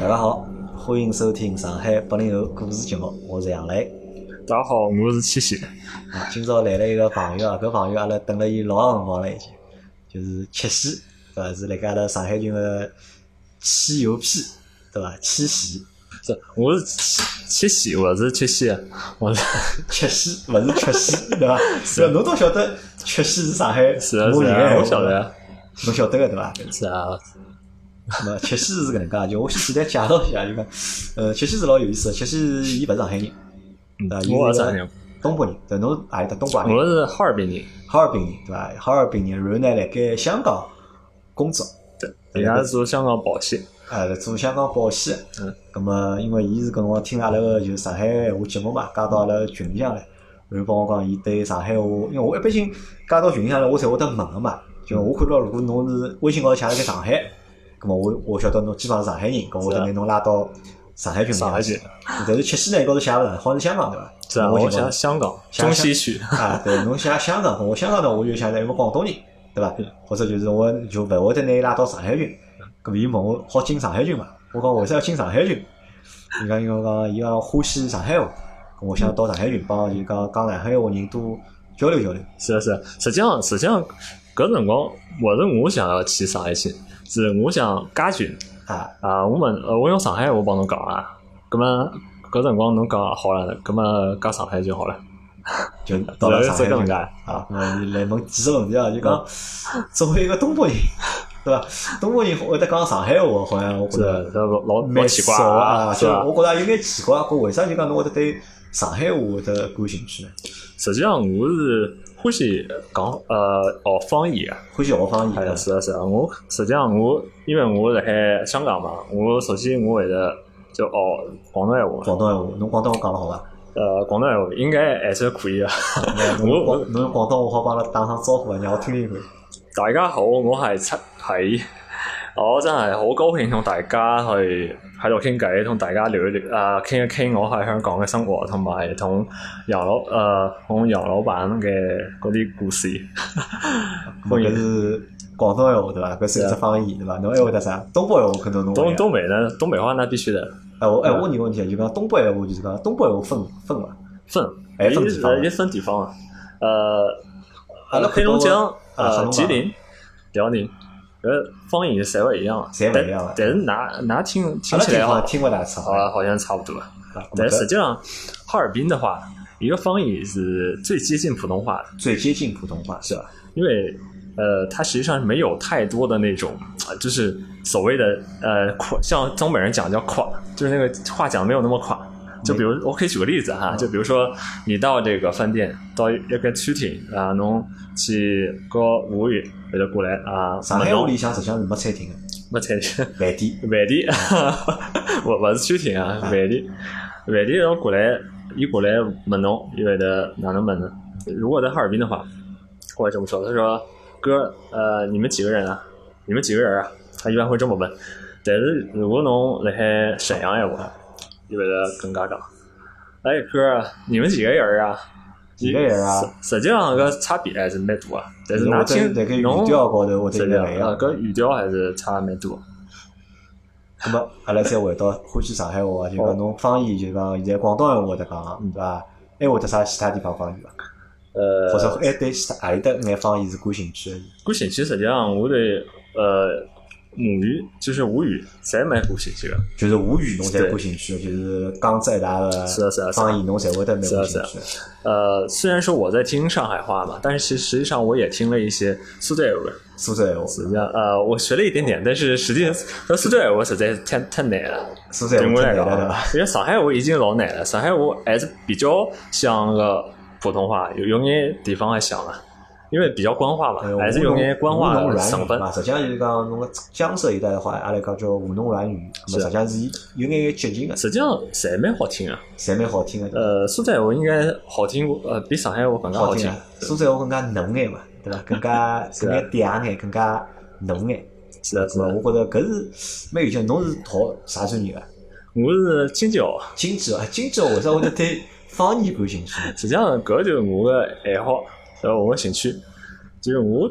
大家好，欢迎收听上海八零后故事节目，我是杨磊。大家好，我是七喜。啊，今朝来了一个朋友啊，搿朋友阿拉等了伊老长辰光了，已经就是七喜，对伐？是辣盖阿拉上海群个七油屁，对伐？七喜，是，我是七七喜，我是七喜，我是七喜，勿是缺喜， 对伐？是，侬都晓得缺喜是上海是啊骂是人啊，的我晓得，啊，侬晓得个对伐？是啊，那七喜是搿能介，就我先简单介绍一下，就讲，呃，七喜是老有意思的，七喜伊勿是上海人，对伐？伊嗯我是是一啥个人？东北人，对，侬阿里搭东北人，我是哈尔滨人，哈尔滨人，对伐？哈尔滨人，然后呢，辣盖香港工作，哎人家是做香港保险，呃，做香港保险。嗯。咁么，因为伊是搿辰光听阿拉个就是上海话节目嘛，加到阿拉群里向来，然后帮我讲伊对上海话，因为我一般性加到群里向来，我才会得问个嘛。就我看到如果侬是微信高头写了盖上海，咁么我我晓得侬基本上是上海人，咁我是就啊拿侬拉到上海群里上海向去去。，但是七夕呢，伊高头写勿上，好像是香港对伐？是啊，我我想想香港想中西区， 啊，对，侬想香港，我香港呢，我就想来，因为广东人，对伐？或者就是我就勿会得拿伊拉到上海群，搿伊问我好进上海群嘛？我讲为啥要进上海群？伊讲因为我讲伊讲欢喜上海话，咁我想到上海群帮伊讲讲上海话人多交流交流。是啊是啊，实际上实际上搿辰光勿是我想要去上海去，是我想加群啊，啊，我问呃我用上海话帮侬讲啊，葛么搿辰光侬讲好了，葛么加上海就好了。就到了上海是搿能群介啊，咁伊来问几个问题啊，就讲作为一个东北人， 对伐？东北人会得讲上海话，好像我觉是得啊，这老老老蛮奇怪少啊，是就吧？我觉着有眼奇怪，搿为啥就讲侬会得对上海话会得感兴趣呢？实际上我是欢喜讲呃学方言啊，欢喜学方言哎呀，的，是啊是啊，我实际上我因为我辣海香港嘛，我首先我会得就学广东闲话，广东闲话，侬广东话讲了好伐？呃广东闲话应该还算可以啊。侬侬广侬用广东话好帮阿拉打声招呼伐？让我听听看。大家好，我係七喜，我真係好高興同大家去喺度傾偈，同大家聊一聊啊，傾一傾我喺香港嘅生活，同埋同楊老誒同楊老闆嘅嗰啲故事。歡搿迎是广东闲话对伐？搿是一只方言对伐？侬还会得啥？东北闲话可能侬東会啊。東北呢，东北話那必須的，哎，我哎，我问你个问题啊，就讲东北闲话，就是讲东北闲话分分伐？分哎分一地方啊一分地方啊，誒、阿拉黑龍江、啊黑呃龍江吉林、遼寧，誒方言社會一樣啊，社會一樣啊但但是哪哪聽阿聽拉起地來好方听勿大出好啊。像好像差不多啊。咁但实搿际上，哈尔滨的话，一个方言是最接近普通话的，最接近普通话是吧？因为呃，它实际上没有太多的那种，呃就是所谓的呃垮，像东北人讲叫垮，就是那个话讲的没有那么垮。就比如，我可以举个例子哈，就比如说你到这个饭店，到一个餐厅啊，侬去个服务员或者过来啊，上海话问侬里向实际上是没餐厅的，没菜吃。饭店外 地，勿勿是餐厅啊，外地，外地要过来，伊过来问侬，伊会得哪能问呢？如果在哈尔滨的话，会这么说，他说：“哥，呃，你们几个人啊？你们几个人啊？”他一般会这么问。但是如果侬辣海沈阳闲话，伊会得更加讲：“哎，哥，你们几个人啊？”几个人啊？实实际上个差别还是蛮大啊，但是我哪觉听得那个语侬调高头，我觉实际得上勿一样啊，。搿语调还是差蛮多。那么阿拉再回到欢喜上海话啊，就好嗯讲侬方言，就讲现在广东闲话会得讲，对伐？还会得啥其他地方方言伐？啊呃，或者还对其他何里搭眼方言是感兴趣的？感兴趣，实际上我对呃母语就是吴语，侪蛮感兴趣个。就是吴语侬侪感兴趣的，就是江浙一带是啊是个啊是啊方言侬侪会得蛮是啊感是兴啊趣的。呃，虽然说我在听上海话嘛，但是其实实际上我也听了一些苏州话。苏州闲话，实际上，呃，我学了一点点，但是实际上那苏州话实在是太太难了，苏州对闲我话来太难讲了，对伐？，因为上海话已经老难了，上海话还是比较像个普通话，有有眼地方还像了，因为比较官话嘛哎，啊还是有眼官话吴侬的软语成分。嘛，实际上就是讲侬个江浙一带的话，阿拉讲叫吴侬软语，那么啊实际上是有眼眼接近的，实际上，侪蛮好听啊。侪蛮好听的。对伐呃，苏州话应该好听过，呃，比上海话更加好听听啊。，苏州话更加浓眼嘛，对伐？ 更加是更啊加嗲眼，更加浓眼。是的，是咁啊，的，我觉着搿是蛮有劲。侬是读啥专业个？我是京剧哦。经济啊，经济为啥会得对方言感兴趣呢？实际上，搿就是我的爱好，然后我的兴趣，就是我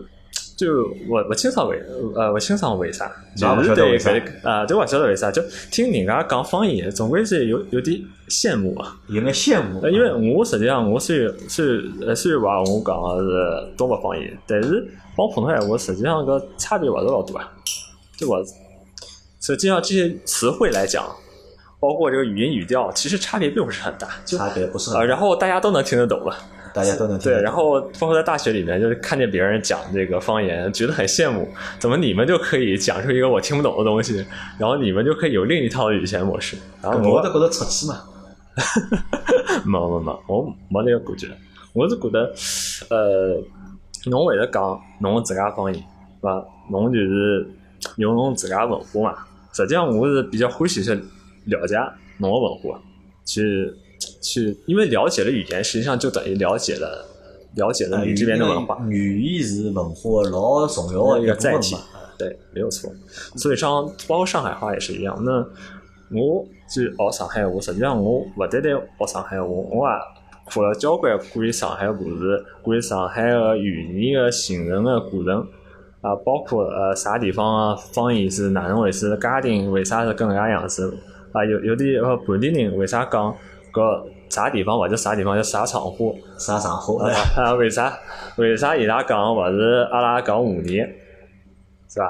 就勿勿清爽为呃勿清爽为啥，侬也勿晓就是得对为啥搿个啊，对勿晓得为啥，就听人家讲方言，总归是有有点羡慕啊。有眼羡慕呃，因为我实际上我虽然虽然呃虽然话我讲的是东北方言，但是帮普通闲话实际上搿差别勿是老大啊，对伐？实际上这些词汇来讲，包括这个语音语调，其实差别并不是很大，就差别不嗯是呃，很，然后大家都能听得懂了。大家都能听对，得然懂。后包括在大学里面，就是看见别人讲这个方言，觉得很羡慕，怎么你们就可以讲出一个我听不懂的东西，然后你们就可以有另一套的语言模式。然后搿我我都觉得出气嘛， 没没没，我没那个感觉，我是觉得，呃，侬会得讲侬自家方言，是吧？侬就是有侬自家文化嘛。实际上，我是比较欢喜去了解侬的文化，去去，因为了解了语言，实际上就等于了解了了解了呃你这边的文化。因为语言是文化老重要的一一个部载分体嘛。，对，没有错。所以上包括上海话也是一样。那我就学上海话，实际上我勿单单学上海话，我也看了交关关于上海故事，关于上海个语言个形成个过程。啊，包括呃啥地方啊，方言是哪能回事？家庭为啥是搿能介样子？啊，有有的呃本地人为啥讲搿啥地方或者啥地方叫啥厂话？啥上火啊，啊为啥为啥伊拉讲勿是阿拉讲华语，是吧？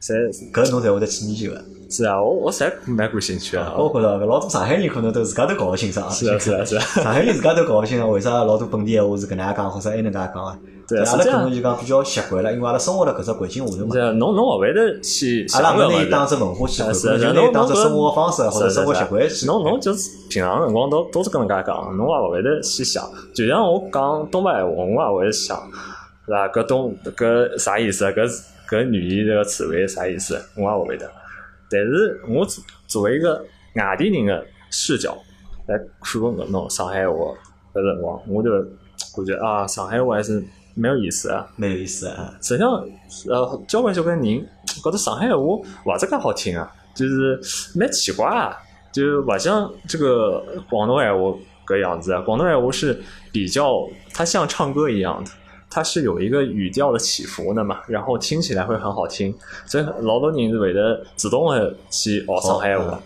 侪 搿侬侪会得去研究的。是啊，我我侪蛮感兴趣啊。我觉着老多上海人可能都自家都搞勿清爽啊。 是啊是啊是啊，上海人自家都搞勿清爽，为啥老多本地闲话是搿能介讲，或者埃能介讲啊？对啊，阿实拉际可上能就讲比较习惯了，因为阿拉生活辣搿只环境下头嘛是。啊侬侬勿会得去阿拉想勿搿拿问伊当题。啊成文化去看，是可能是就拿伊当成生活方式或者是生活习惯是去。侬侬就是平常辰光都都是搿能介讲，侬也勿会得去想。就像我讲东北闲话，我也会想，是吧？搿东搿啥意思？啊搿搿语言这个词汇啥意思？我也勿会得。但是我作作为一个外地人的视角来看搿侬上海话搿辰光，我就感觉啊，上海话还是蛮有意思啊。蛮有意思啊。实际上，呃，交关交关人觉得上海话勿是介好听啊，就是蛮奇怪啊，就是勿像这个广东闲话搿样子啊。广东闲话是比较，它像唱歌一样的，它是有一个语调的起伏的嘛，然后听起来会很好听。所以老多人是会得主动的去学上海好话嗯，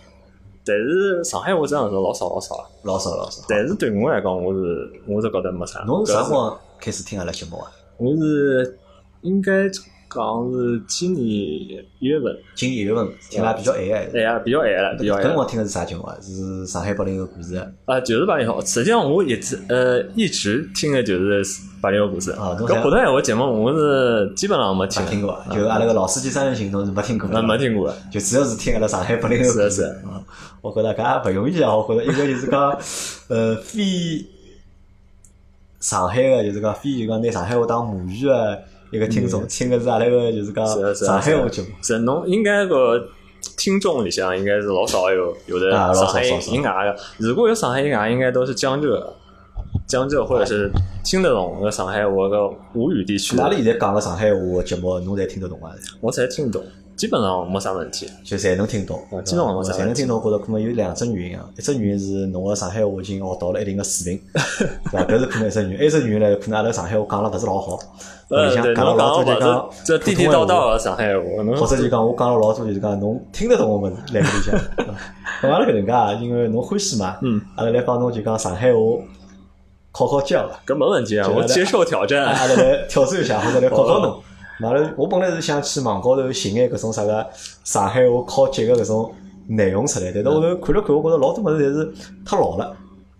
但是上海话这样子老少老少啊。老少老少。但是对我来讲，我是我是觉得没啥。侬是搿啥是辰光开始听阿拉节目啊？我是应该讲是今年一月份，今一月份听了比较晚个，哎呀，比较晚了，比搿较晚辰了。光听的是啥节目啊？是上海八零后故事啊，啊，就是八零后。实际上我一直呃一直听的就是八零后故事。啊侬搿想普通闲话节目我是基本上没听没的，听过啊。就阿拉个老司机三人行动是没听过的那没，听过的。就主要是听阿拉上海八零后故事。是是啊，我觉着搿也勿容易啊。我觉着一个就是讲，呃，非上海个就是讲非就讲拿上海话当母语个一个听众，听个是阿拉个就是讲嗯是啊是啊上海是话啊节目。是侬应该个听众里向应该是老少有有的啊老少上海少少以外的，如果有上海以外，应该都是江浙、江浙或者是听得懂个上海话个吴语地区阿拉的，现在讲个上海话个节目，侬侪听得懂伐？我才听懂，基本上没啥问题。就侪能听懂啊，基本上我侪侪能能听懂。觉着可能有两只原因啊，一只原因是侬个上海话已经学到了一定个水 平，对伐？搿是可能一只原因，还有一只原因呢，可能阿拉上海话讲了勿是老好，呃，像对，讲了侬老讲多的就话讲是这地地道道啊的上海话，侬或者就讲我讲了老多就是讲侬听得懂我们来搿里 向。嗯咁阿拉搿能介啊，因为侬欢喜嘛，嗯，阿拉来帮侬就讲上海话考考教 伐？搿没问题啊，就我是接受挑啊战。阿拉来挑战一下，或者来考考侬。阿拉我本来是想去网高头寻眼搿种啥个上海话考级个搿种内容出来，但是嗯后头看了看，我觉着老多物事侪是太老了，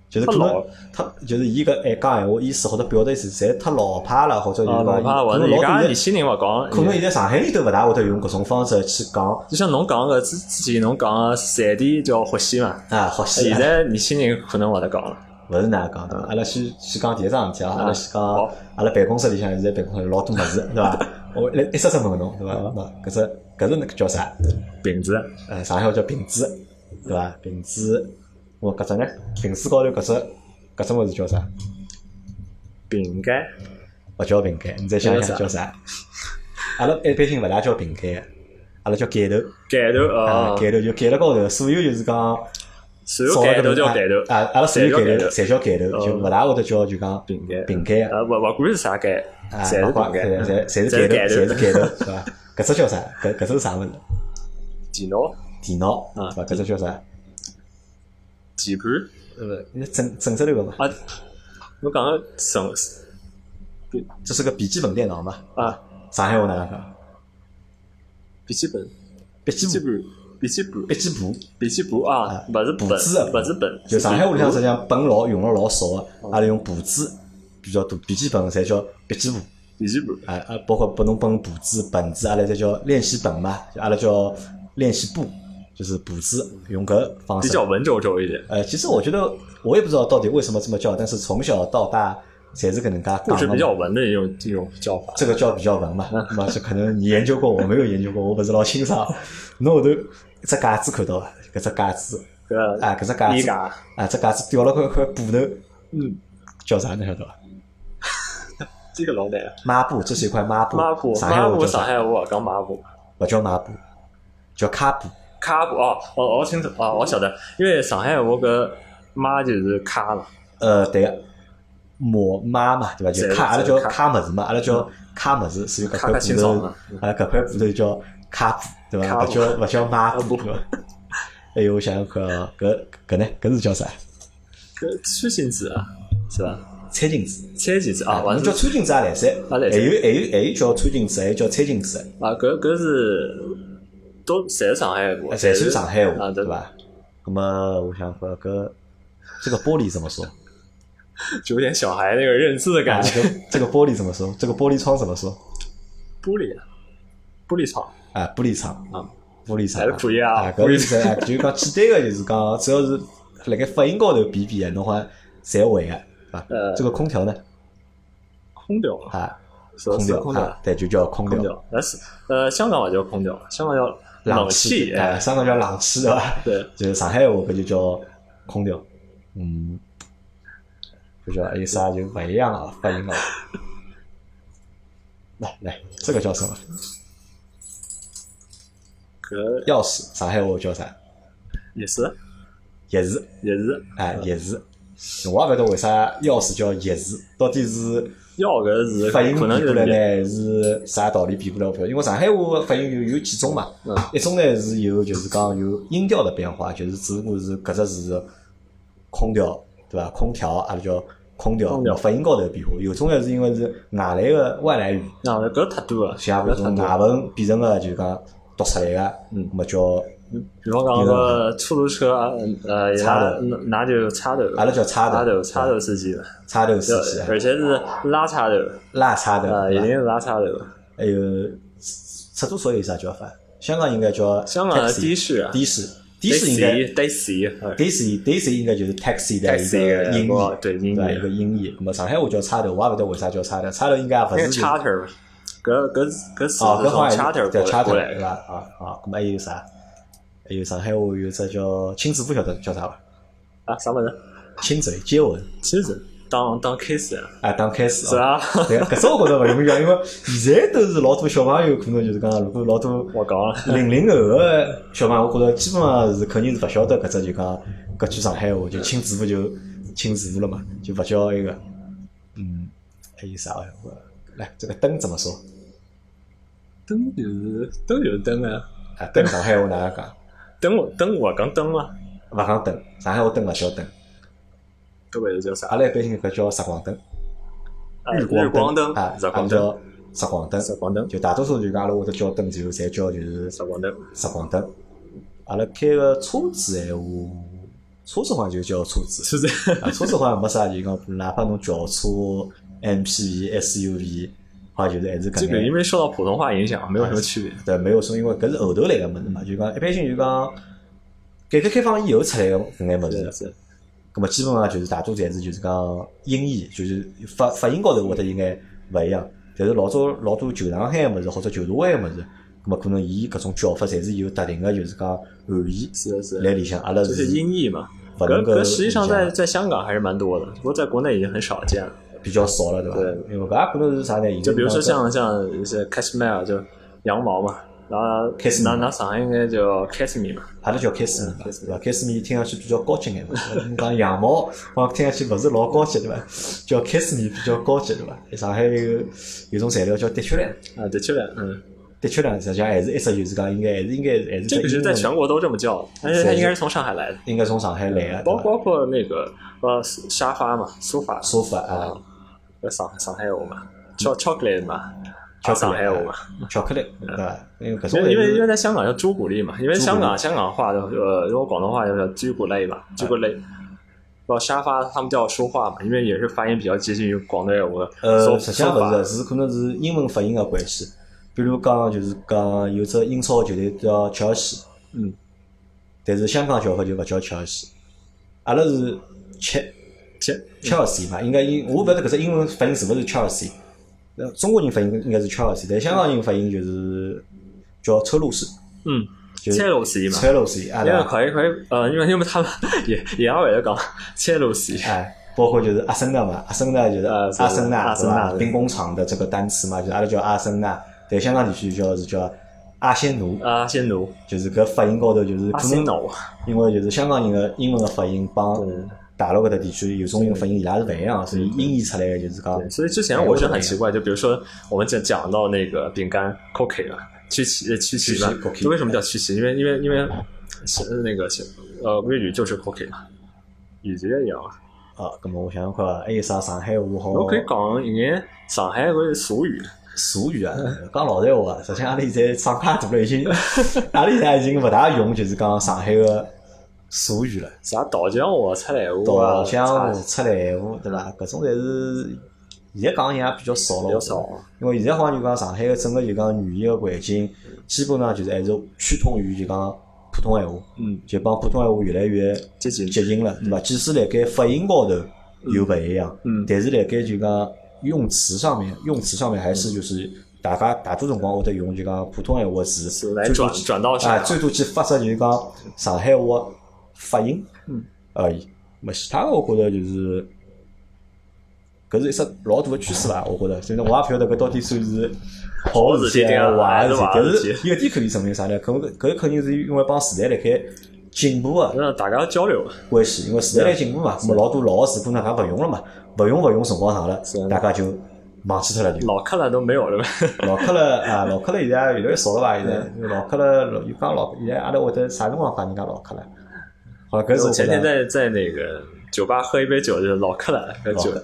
就是可太老能了太就是伊搿爱讲闲话意思或者表达意思，侪太老派了，或者就是讲啊，老怕可我能人老家多年现在轻人勿讲，可能现在上海人都勿大会得用搿种方式去讲就像侬讲个之之前侬讲个散点叫欢喜嘛，啊，好戏现啊在年轻人可能啊勿得讲了。勿是哪讲的，阿拉先先讲第一桩事体啊，阿拉先讲好阿拉办公室里向现在办公室有老多物事，对 伐？我来一只只问侬，对伐？那搿只搿只那个叫啥？饼子呃，上海话叫瓶子，对伐？瓶子，我搿只呢，瓶子高头搿只搿只物事叫啥？饼干，勿叫瓶盖，你再想一想叫叫啥？阿拉一般性勿大叫瓶盖，阿拉叫盖头，盖头啊哦，盖头就盖了高头，所有就是讲所有盖头叫盖头，啊，阿拉所有侪叫盖头盖头侪叫盖头，就嗯勿大会得叫就讲饼盖饼盖啊，啊，勿勿管是啥盖，啊侪是勿饼管盖，侪侪侪侪是盖头，是侪是盖头盖头，是伐？搿只叫啥？搿搿只是啥物事？电脑、电脑啊是伐？搿只叫啥？键盘，呃，那整整只头个嘛，啊，我讲个神这是个笔记本电脑嘛？啊，上海话哪能讲？笔记本、笔笔记记本，本、笔记本、笔记簿，笔记本啊啊，勿是本，簿子啊勿是本，就上海话里向实是际上本老用了老少个哦，阿拉用簿子比较多，笔记本侪叫笔记簿。笔记本，啊啊，包括拨侬本簿子、本子，阿拉再叫练习本嘛，就阿拉叫练习簿，就是簿子，用搿方比式。较文绉绉一点，呃，其实我觉得我也不知道到底为什么这么叫，但是从小到大侪是搿能介故事讲比的较嗯嘛。文的一种一种叫法。这个叫比较文嘛，那么这可能你研究过，我没有研究过，我不是老清爽。侬后头一只架子看到伐？搿只架子搿啊，搿只架你子讲，啊，只架子掉了块块布头，嗯，叫啥侬晓得伐？这个老啊难。抹布，这是一块抹布。抹布，上海抹话布，叫上啥？海话讲抹布。勿叫抹布，叫卡布。卡布哦，我我清楚哦，我晓得，因为上海话搿抹就是卡了，呃，对个，抹抹嘛，对伐？就侪是卡，阿拉侪叫是卡么子嘛，阿拉叫卡么子，所以搿嗯卡块布卡清爽头啊，阿拉搿块布头叫卡布，对伐？卡勿布叫勿叫抹布。卡布对伐哎呦，我想想看啊，搿搿呢，搿是叫啥？搿穿裙子啊，是伐？餐巾纸穿裙子啊，我反们叫正啊餐巾纸也来噻，也还来有噻还有还有叫餐巾纸，还有叫餐巾纸，啊，搿搿是都侪是上海话，侪算上海啊话，对对伐？那么我想看搿这个玻璃怎么说？啊就有点小孩那个认字的啊感这觉。个这个玻璃怎么说？这个玻璃窗怎么说？玻璃啊，玻璃窗啊，玻璃窗啊，玻璃窗还是可以啊啊，， 搿意思啊，就是讲简单个，就是讲只要是辣盖发音高头比比个，侬好像侪会个，啊呃，这个空调呢，空调啊，啊，是吧空是调空啊调，，对，就叫空空调，调，但是呃，香港勿叫空调，香港叫冷气，啊，哎，上港叫冷气对伐？对，就是上海话搿就叫空调，嗯，就叫有啥就勿一样啊，发音啊。来来，这个叫什么？搿钥匙，上海话叫啥？也是钥匙。也是哎，钥匙，我也勿晓得为啥钥匙叫钥匙，到底是要搿是发音可变能过是来呢，是啥道理变过来？我不晓得，因为上海话的发音有有几种嘛嗯，一种呢是有就是讲有音调的变化，就是只不过是搿只字空调对伐？空调阿拉叫空空调调，发音高头的变化。有种呢是因为是外来的外来语，那啊搿太多了，像比如搿太从多外了。文变成了就是讲读出来的，嗯那么叫比方讲个出租车，呃，伊插拉头拿拿就插头，阿拉叫插插头，头，插头司机嘛，插头司机，而且是拉插头，拉插头，啊，一对伐定是拉插头。还有出租车有啥叫法？香港应该叫香港的 taxi 的士啊，的士，的士应该啊的士，哎的士的士应该就是 taxi 的一 taxi 个的音一译，个对对音吧？译一，个音译。那么上海话叫插头，我也不晓得为啥叫插头，插头应该也不那是个就是插头嘛，搿搿搿词哦，是搿好从像插头叫过来头过来对的伐？啊啊，那么还有啥？还有上海话有只叫亲嘴，不晓得叫啥伐？啊，啥物事？亲嘴接吻其实当当 kiss 啊，啊，当开始是啊。啊，对，搿只我觉着勿容易啊，因为现在都是老多小朋友可能就是讲，啊如果老多我讲了，零零后个小朋友，我觉着基本上是肯定是勿晓得搿只就讲搿句上海话，就亲字母就亲字母了嘛，就勿叫那个，嗯，还有啥话？我来，这个灯怎么说？灯就是灯就是灯啊，啊，灯上海话哪能讲？灯我灯我讲灯啊，勿讲灯，上海话灯勿叫灯，搿勿是叫啥？阿拉一般性搿叫日光灯、啊光光灯灯啊，日光也灯，叫日光灯。日光灯，就大多数就讲阿拉会得叫灯，就侪叫就是日光灯。日光灯。阿拉开个车子闲话，车子好像就叫车子。是这样，啊，车子好像没啥，就是讲哪怕侬轿车、MPV、SUV，好像就是还是这搿个因眼。为受到普通话影响，没有什么区别。对，没有说，因为搿是后头来个物事嘛，就讲一般性就讲改革开放以后出来个搿眼物对事，葛末基本上就是大多侪是就是讲音译，就是发发音高头会得有眼勿一样。但是老早老多旧上海个物事或者旧社会个物事，葛末可能伊搿种叫法侪是有特定个就是讲含义是的，是来的，里向，阿拉这是音译嘛。勿能可够可实际上理解在的在香港还是蛮多的，不过在国内已经很少见了。比较少了，对伐？对因为搿也可能是啥呢？就比如说现在像像一些 cashmere 就羊毛嘛，那 Kiss 那 me 那上海应该叫 Kiss Me 嘛，阿拉叫 kiss 嗯，kiss 对伐？kiss me 听上去比较高级眼嘛，侬讲羊毛，好像听上去勿是老高级对伐？叫 kiss me 比较高级对伐？上海有有种材料叫的确良，啊，的确了，嗯，的确良实际上还是一直就是讲应该还是应该还是这个英是文在全国都这么叫，而且它应该是从上海来的，应该从上海来的，包对伐包括那个呃沙发嘛，苏法，沙发啊，呃上上海话嘛，cho chocolate 嘛，巧啊上克海话力嘛。，巧克力对伐？因为搿因种为因为因为还是在香港叫朱古力嘛，因为香港香港话就是呃，用广东话就叫朱古力嘛，朱古力。到沙发他们叫书画嘛，因为也是发音比较接近于广东话。呃，说实际上说法勿是，是可能是英文发音的关系。比如讲就是讲有只英超球队叫切尔西，嗯，但是香港叫法就勿叫切尔西，阿拉是切切切尔西嘛，应该英我勿晓得搿只英文发音是勿是切尔西，呃中国人发音应该是切尔西，但香港人发音就是叫车路士，嗯，就是切鲁西嘛，车路士，阿因为拉可以可以呃，因为因为他们 也也要也讲切鲁西，哎，包括就是阿森纳嘛，阿森纳就是呃阿森纳阿是森纳吧？对兵工厂的这个单词嘛，就是阿拉叫阿森纳，但香港地区叫是叫阿仙奴，阿仙奴，就是搿发音高头就是啊阿可仙能奴，因为就是香港人的英文的发音帮对嗯大陆搿搭地区有种人发音伊拉是勿一样的，所以音译出来的就是讲对，所以之前我是很奇怪，就比如说我们讲讲到那个饼干 cookie 啊，曲奇呃曲奇吧曲奇，，cookie 就为什么叫曲奇？因为因为因为是那个是呃粤语就是 cookie 嘛，语节一样啊。啊，搿么我想想看，还有啥上海话我好可以讲一眼上海搿个俗语，俗语啊？嗯讲老实话啊，实际上阿拉现在长介大了，已 经阿拉现在已经勿大用，就是讲上海个俗语了。啥稻香话、出来话啊、稻香话、啥出来话，对伐？搿种侪是现在讲的人也比较少了，比较少。啊因为现在好像就讲上海个整个就讲语言个环境，基本上就是还是趋同于就讲普通闲话，嗯，就帮普通闲话越来越接近接近了，对伐？即使辣盖发音高头有勿一样，嗯但是辣盖就讲用词上面，用词上面还是就是大家大多辰光会得用就讲普通闲话个词，是来最多转转到上啊，海最多去发出就是讲上海话的发音嗯而已。么其他的我觉着就是，搿是一只老大的趋势伐？我觉着，虽然我也勿晓得搿到底算是好事体好事体啊啊坏事体，还但是坏事体是有点可以证明啥呢？搿搿肯定是因为帮时代辣盖进步啊。让大家交流。关系，因为时代在进步嘛，咁老多老个词可能也勿用了嘛，勿用勿用辰光长了是，大家就忘记脱了就。老客人都没有了呗，老客了 啊，老客了现在越来越少了吧？现在因为老客了，老有讲老，现在阿拉会得啥辰光讲人家老客了？好，搿是我我前觉天得。在在那个酒吧喝一杯酒，就是老客人喝老酒客，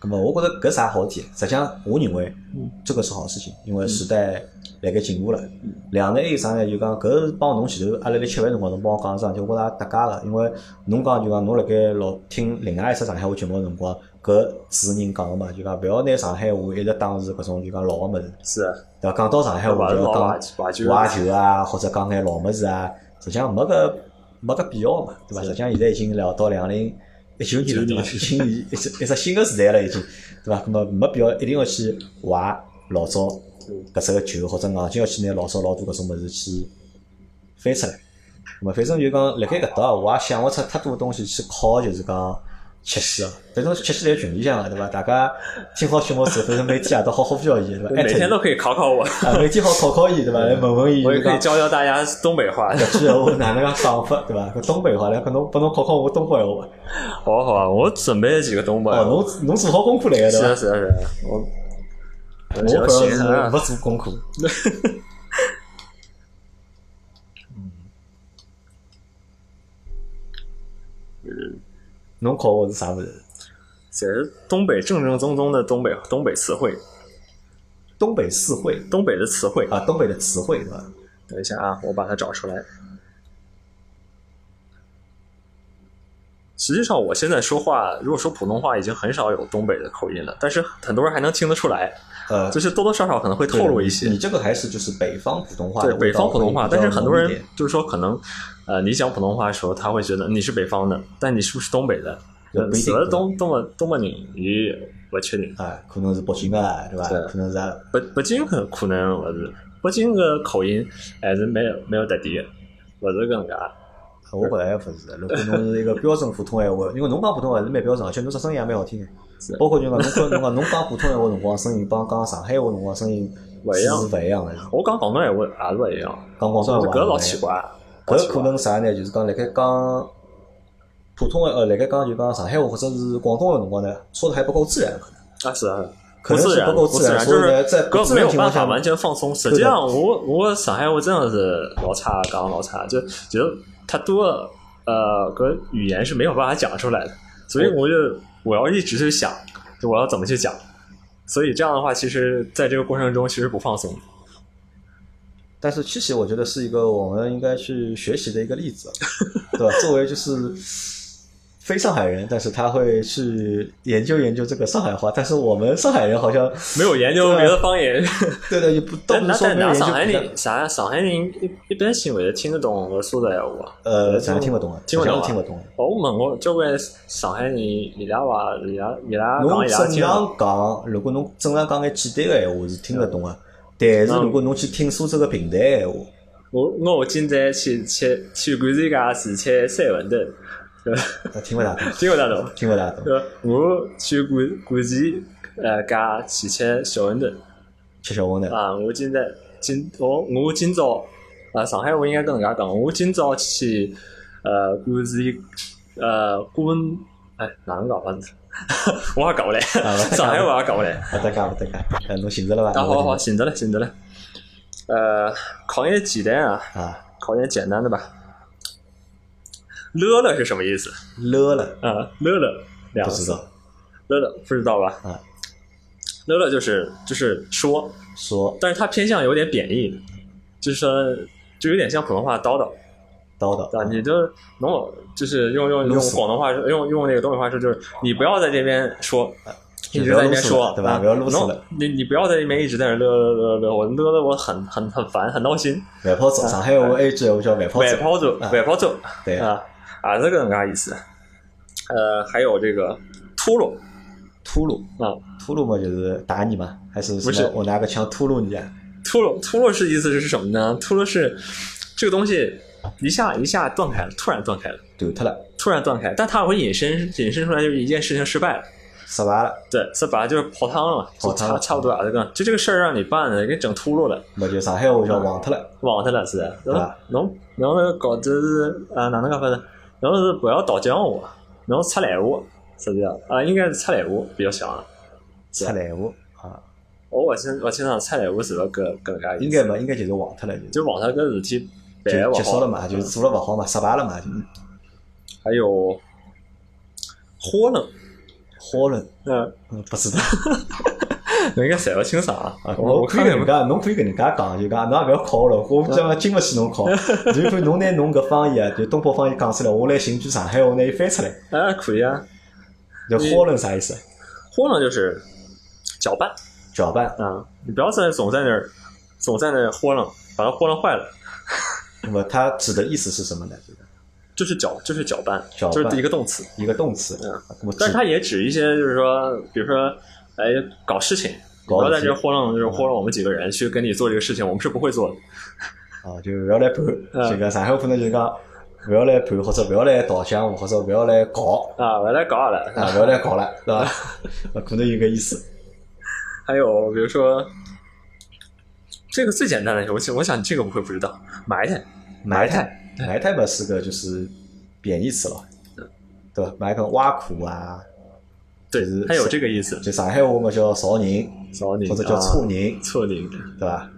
咁么，我觉着搿啥好事体？实际上，我认为嗯这个是好事情，因为时代辣盖进步了。嗯两呢，还有啥呢？就讲搿是帮侬前头阿拉辣吃饭辰光，侬帮我讲一声，就我觉着也搭界个，因为侬讲就讲侬辣盖老听另外一只上海话节目个辰光，搿主持人讲个嘛，就讲勿要拿上海话一直当是搿种就讲老个物事，是啊对伐？讲到上海话老就要老讲瓦瓦居怀旧啊，或者讲眼老么子啊，实际上没个没个必要嘛，对伐？是实际上现在已经聊到两零一九年了，对伐？已经 一一只一只新个时代了，已经，对伐？那么没必要一定要去怀老早嗯搿只个旧，或者硬劲要去拿老早老多搿种物事去翻出来。那么反正就讲，辣盖搿搭，我也想勿出太多东西去考，就是讲。吃西啊，反正吃西在群里向啊个对伐？大家听好节目之后，反正每天夜到好好表现对伐？ 哎每艾特伊天都可以考考 我，啊，每天好考考伊对伐？来问问伊，我也可以讲教教大家东北话。 搿句闲话哪能介讲法对伐？搿东北话来，搿侬拨侬考考我东北闲话。 好啊好啊，我准备了几个东北。哦，侬侬做好功课来个是对啊伐？是啊是啊，我我行反正行是啊勿做功课。嗯侬考我是啥物事？这是东北正正宗宗的东北东北词汇，东北四会东北的词汇。啊，东北的词汇对伐？等一下啊，我把它找出来。实际上，我现在说话，如果说普通话，已经很少有东北的口音了，但是很多人还能听得出来，呃，就是多多少少可能会透露一些。你这个还是就是北方普通话的对味道北方普通话，但是很多会比较浓一人点就是说，可能呃，你讲普通话的时候，他会觉得你是北方的，但你是不是东北的？也不一定呃东东北东北人也不确定，啊，可能是北京啊，对伐对？可能是啊北北京可可能啊我是北京的口音还是没有没有特点的，不是搿能介。我觉着还勿是，如果侬是一个标准普通闲话，因为侬讲普通话是蛮标准，而且侬只声音也蛮好听的是。包括就讲侬讲侬讲侬讲普通闲话辰光声音，帮讲上海话辰光声音勿一是样。勿一样的。我讲广东闲话也是勿一样，讲广东搿话，个老奇。怪。老奇搿怪可能啥呢？就是讲辣盖讲普通的呃，辣盖讲就讲上海话或者是广东话的辰光呢，说的还不够自然，可能啊是啊，可能自是然，够不自然，所就以呢，在不搿自没然有的情况办法下，完全放松。实际上，我我上海话真的是老差，讲老差，就就太多的呃搿语言是没有办法讲出来的，所以我就我要一直去想，就我要怎么去讲。所以这样的话，其实在这个过程中其实不放松的。但是七喜我觉得是一个我们应该去学习的一个例 子，对吧？作为就是非上海人，但是他会去研究研究这个上海话，但是我们上海人好 像没有研究别的方言，对的也不啊都但不是那说但没有那研究上海别的人，上上海人一一般性会听得懂我说的闲话。呃，咱听不懂啊，听不懂啊好像是听不懂啊。我问过交关上海人，伊拉话伊拉伊拉啊讲侬伊拉正听得懂。常讲，如果侬正常讲眼简单个闲话是听得懂个，嗯但是如果侬去听苏州个平台闲 话，我我今朝去去去赶自家是吃三文炖，对吧？那听勿大懂，听不大懂。听勿大懂。 对吧？我去赶赶集呃家去吃小馄饨吃小馄饨，啊！我今朝今我我今朝啊，上海话应该跟人家讲，我今朝去呃赶集呃赶哎哪能讲法子？ 我也搞不来，啊上海话也搞不来。勿搭界勿搭界。呃，侬寻着了伐？啊，好好好，侬寻着了，寻着了。呃，考验简单啊，啊，考验简单的吧。乐乐是什么意思？勒了，啊，乐乐两不个知字，道。乐乐不知道吧？啊，乐乐就是就是说，说但是它偏向有点贬义的，就是说就有点像普通话叨叨，叨对吧？叨，你就侬就是用用弄用死广东话说，用用那个东北话说，就是你不要在这边说。一直不要在那啰边嗦说了，对吧啊不要啰嗦侬了你你不要在那边一直在那乐乐乐乐，我乐的我很很很烦，很闹心。万泡走。上海话还有一句闲话叫万泡外走，抛走，啊外抛走对，啊啊，这个很啥意思？呃，还有这个秃噜秃噜，啊，秃噜嘛就是打你嘛，还是什不是么？我拿个枪秃噜你啊？秃噜秃噜是意思是什么呢？秃噜是这个东西一下一下断开了，突然断开了，断脱了，突然断开，但它会引申引申出来就是一件事情失败了。失败了，对，这把就是泡汤了，就泡汤差了差不多啊，这个就这个事儿让你办的，给整秃噜了，那就上海话叫忘脱了，忘掉了是的。对吧侬侬是搞就是啊哪能讲法子？侬是不要倒啊江湖，侬出来话，实际上啊应该是出来话比较像啊。哦出来话啊，我勿清勿清爽出来话是勿是搿搿能介意应思，该嘛，应该就是忘脱了，就是就网上搿事体办就勿结束好了嘛，就是做了勿好嘛，失败了嘛，就还有豁楞，豁了，嗯，嗯，不知道。侬应该侪勿清爽啊啊，我侬可以看搿能介，侬可以搿能介讲，就讲侬也勿要考了，我讲经勿起侬 考。如果侬拿侬搿方言啊，就东北方言讲出来，我来寻句上海话拿伊翻出来，哎可以啊，就豁楞啥意思？豁楞就是搅拌搅拌，啊，你不要在总在那儿总在那儿豁楞，把它豁楞坏了，那么它指的意思是什么呢？就是就是搅就是搅拌，搅就拌是一个动词，一个动词嗯，那么但指是它也指一些就是说，比如说哎搞事情。你搞不要在事这儿情豁楞，就是豁楞我们几个人去跟你做这个事情，我们是不会做的。啊，就勿要来嗯盘，就讲上海话可能就是讲勿要来盘，或者勿要来倒浆糊，或者勿要来搞啊，我来搞下来。啊，勿要来搞 了，是吧？啊可能有个意思，还有比如说，这个最简单的，我想我想这个不会不知道，埋汰，埋汰，埋汰嘛是个就是贬义词了，对吧？埋个挖苦啊。对就是，它有这个意思，就上海话嘛叫潮人，错宁或者叫错啊人，错宁，对吧？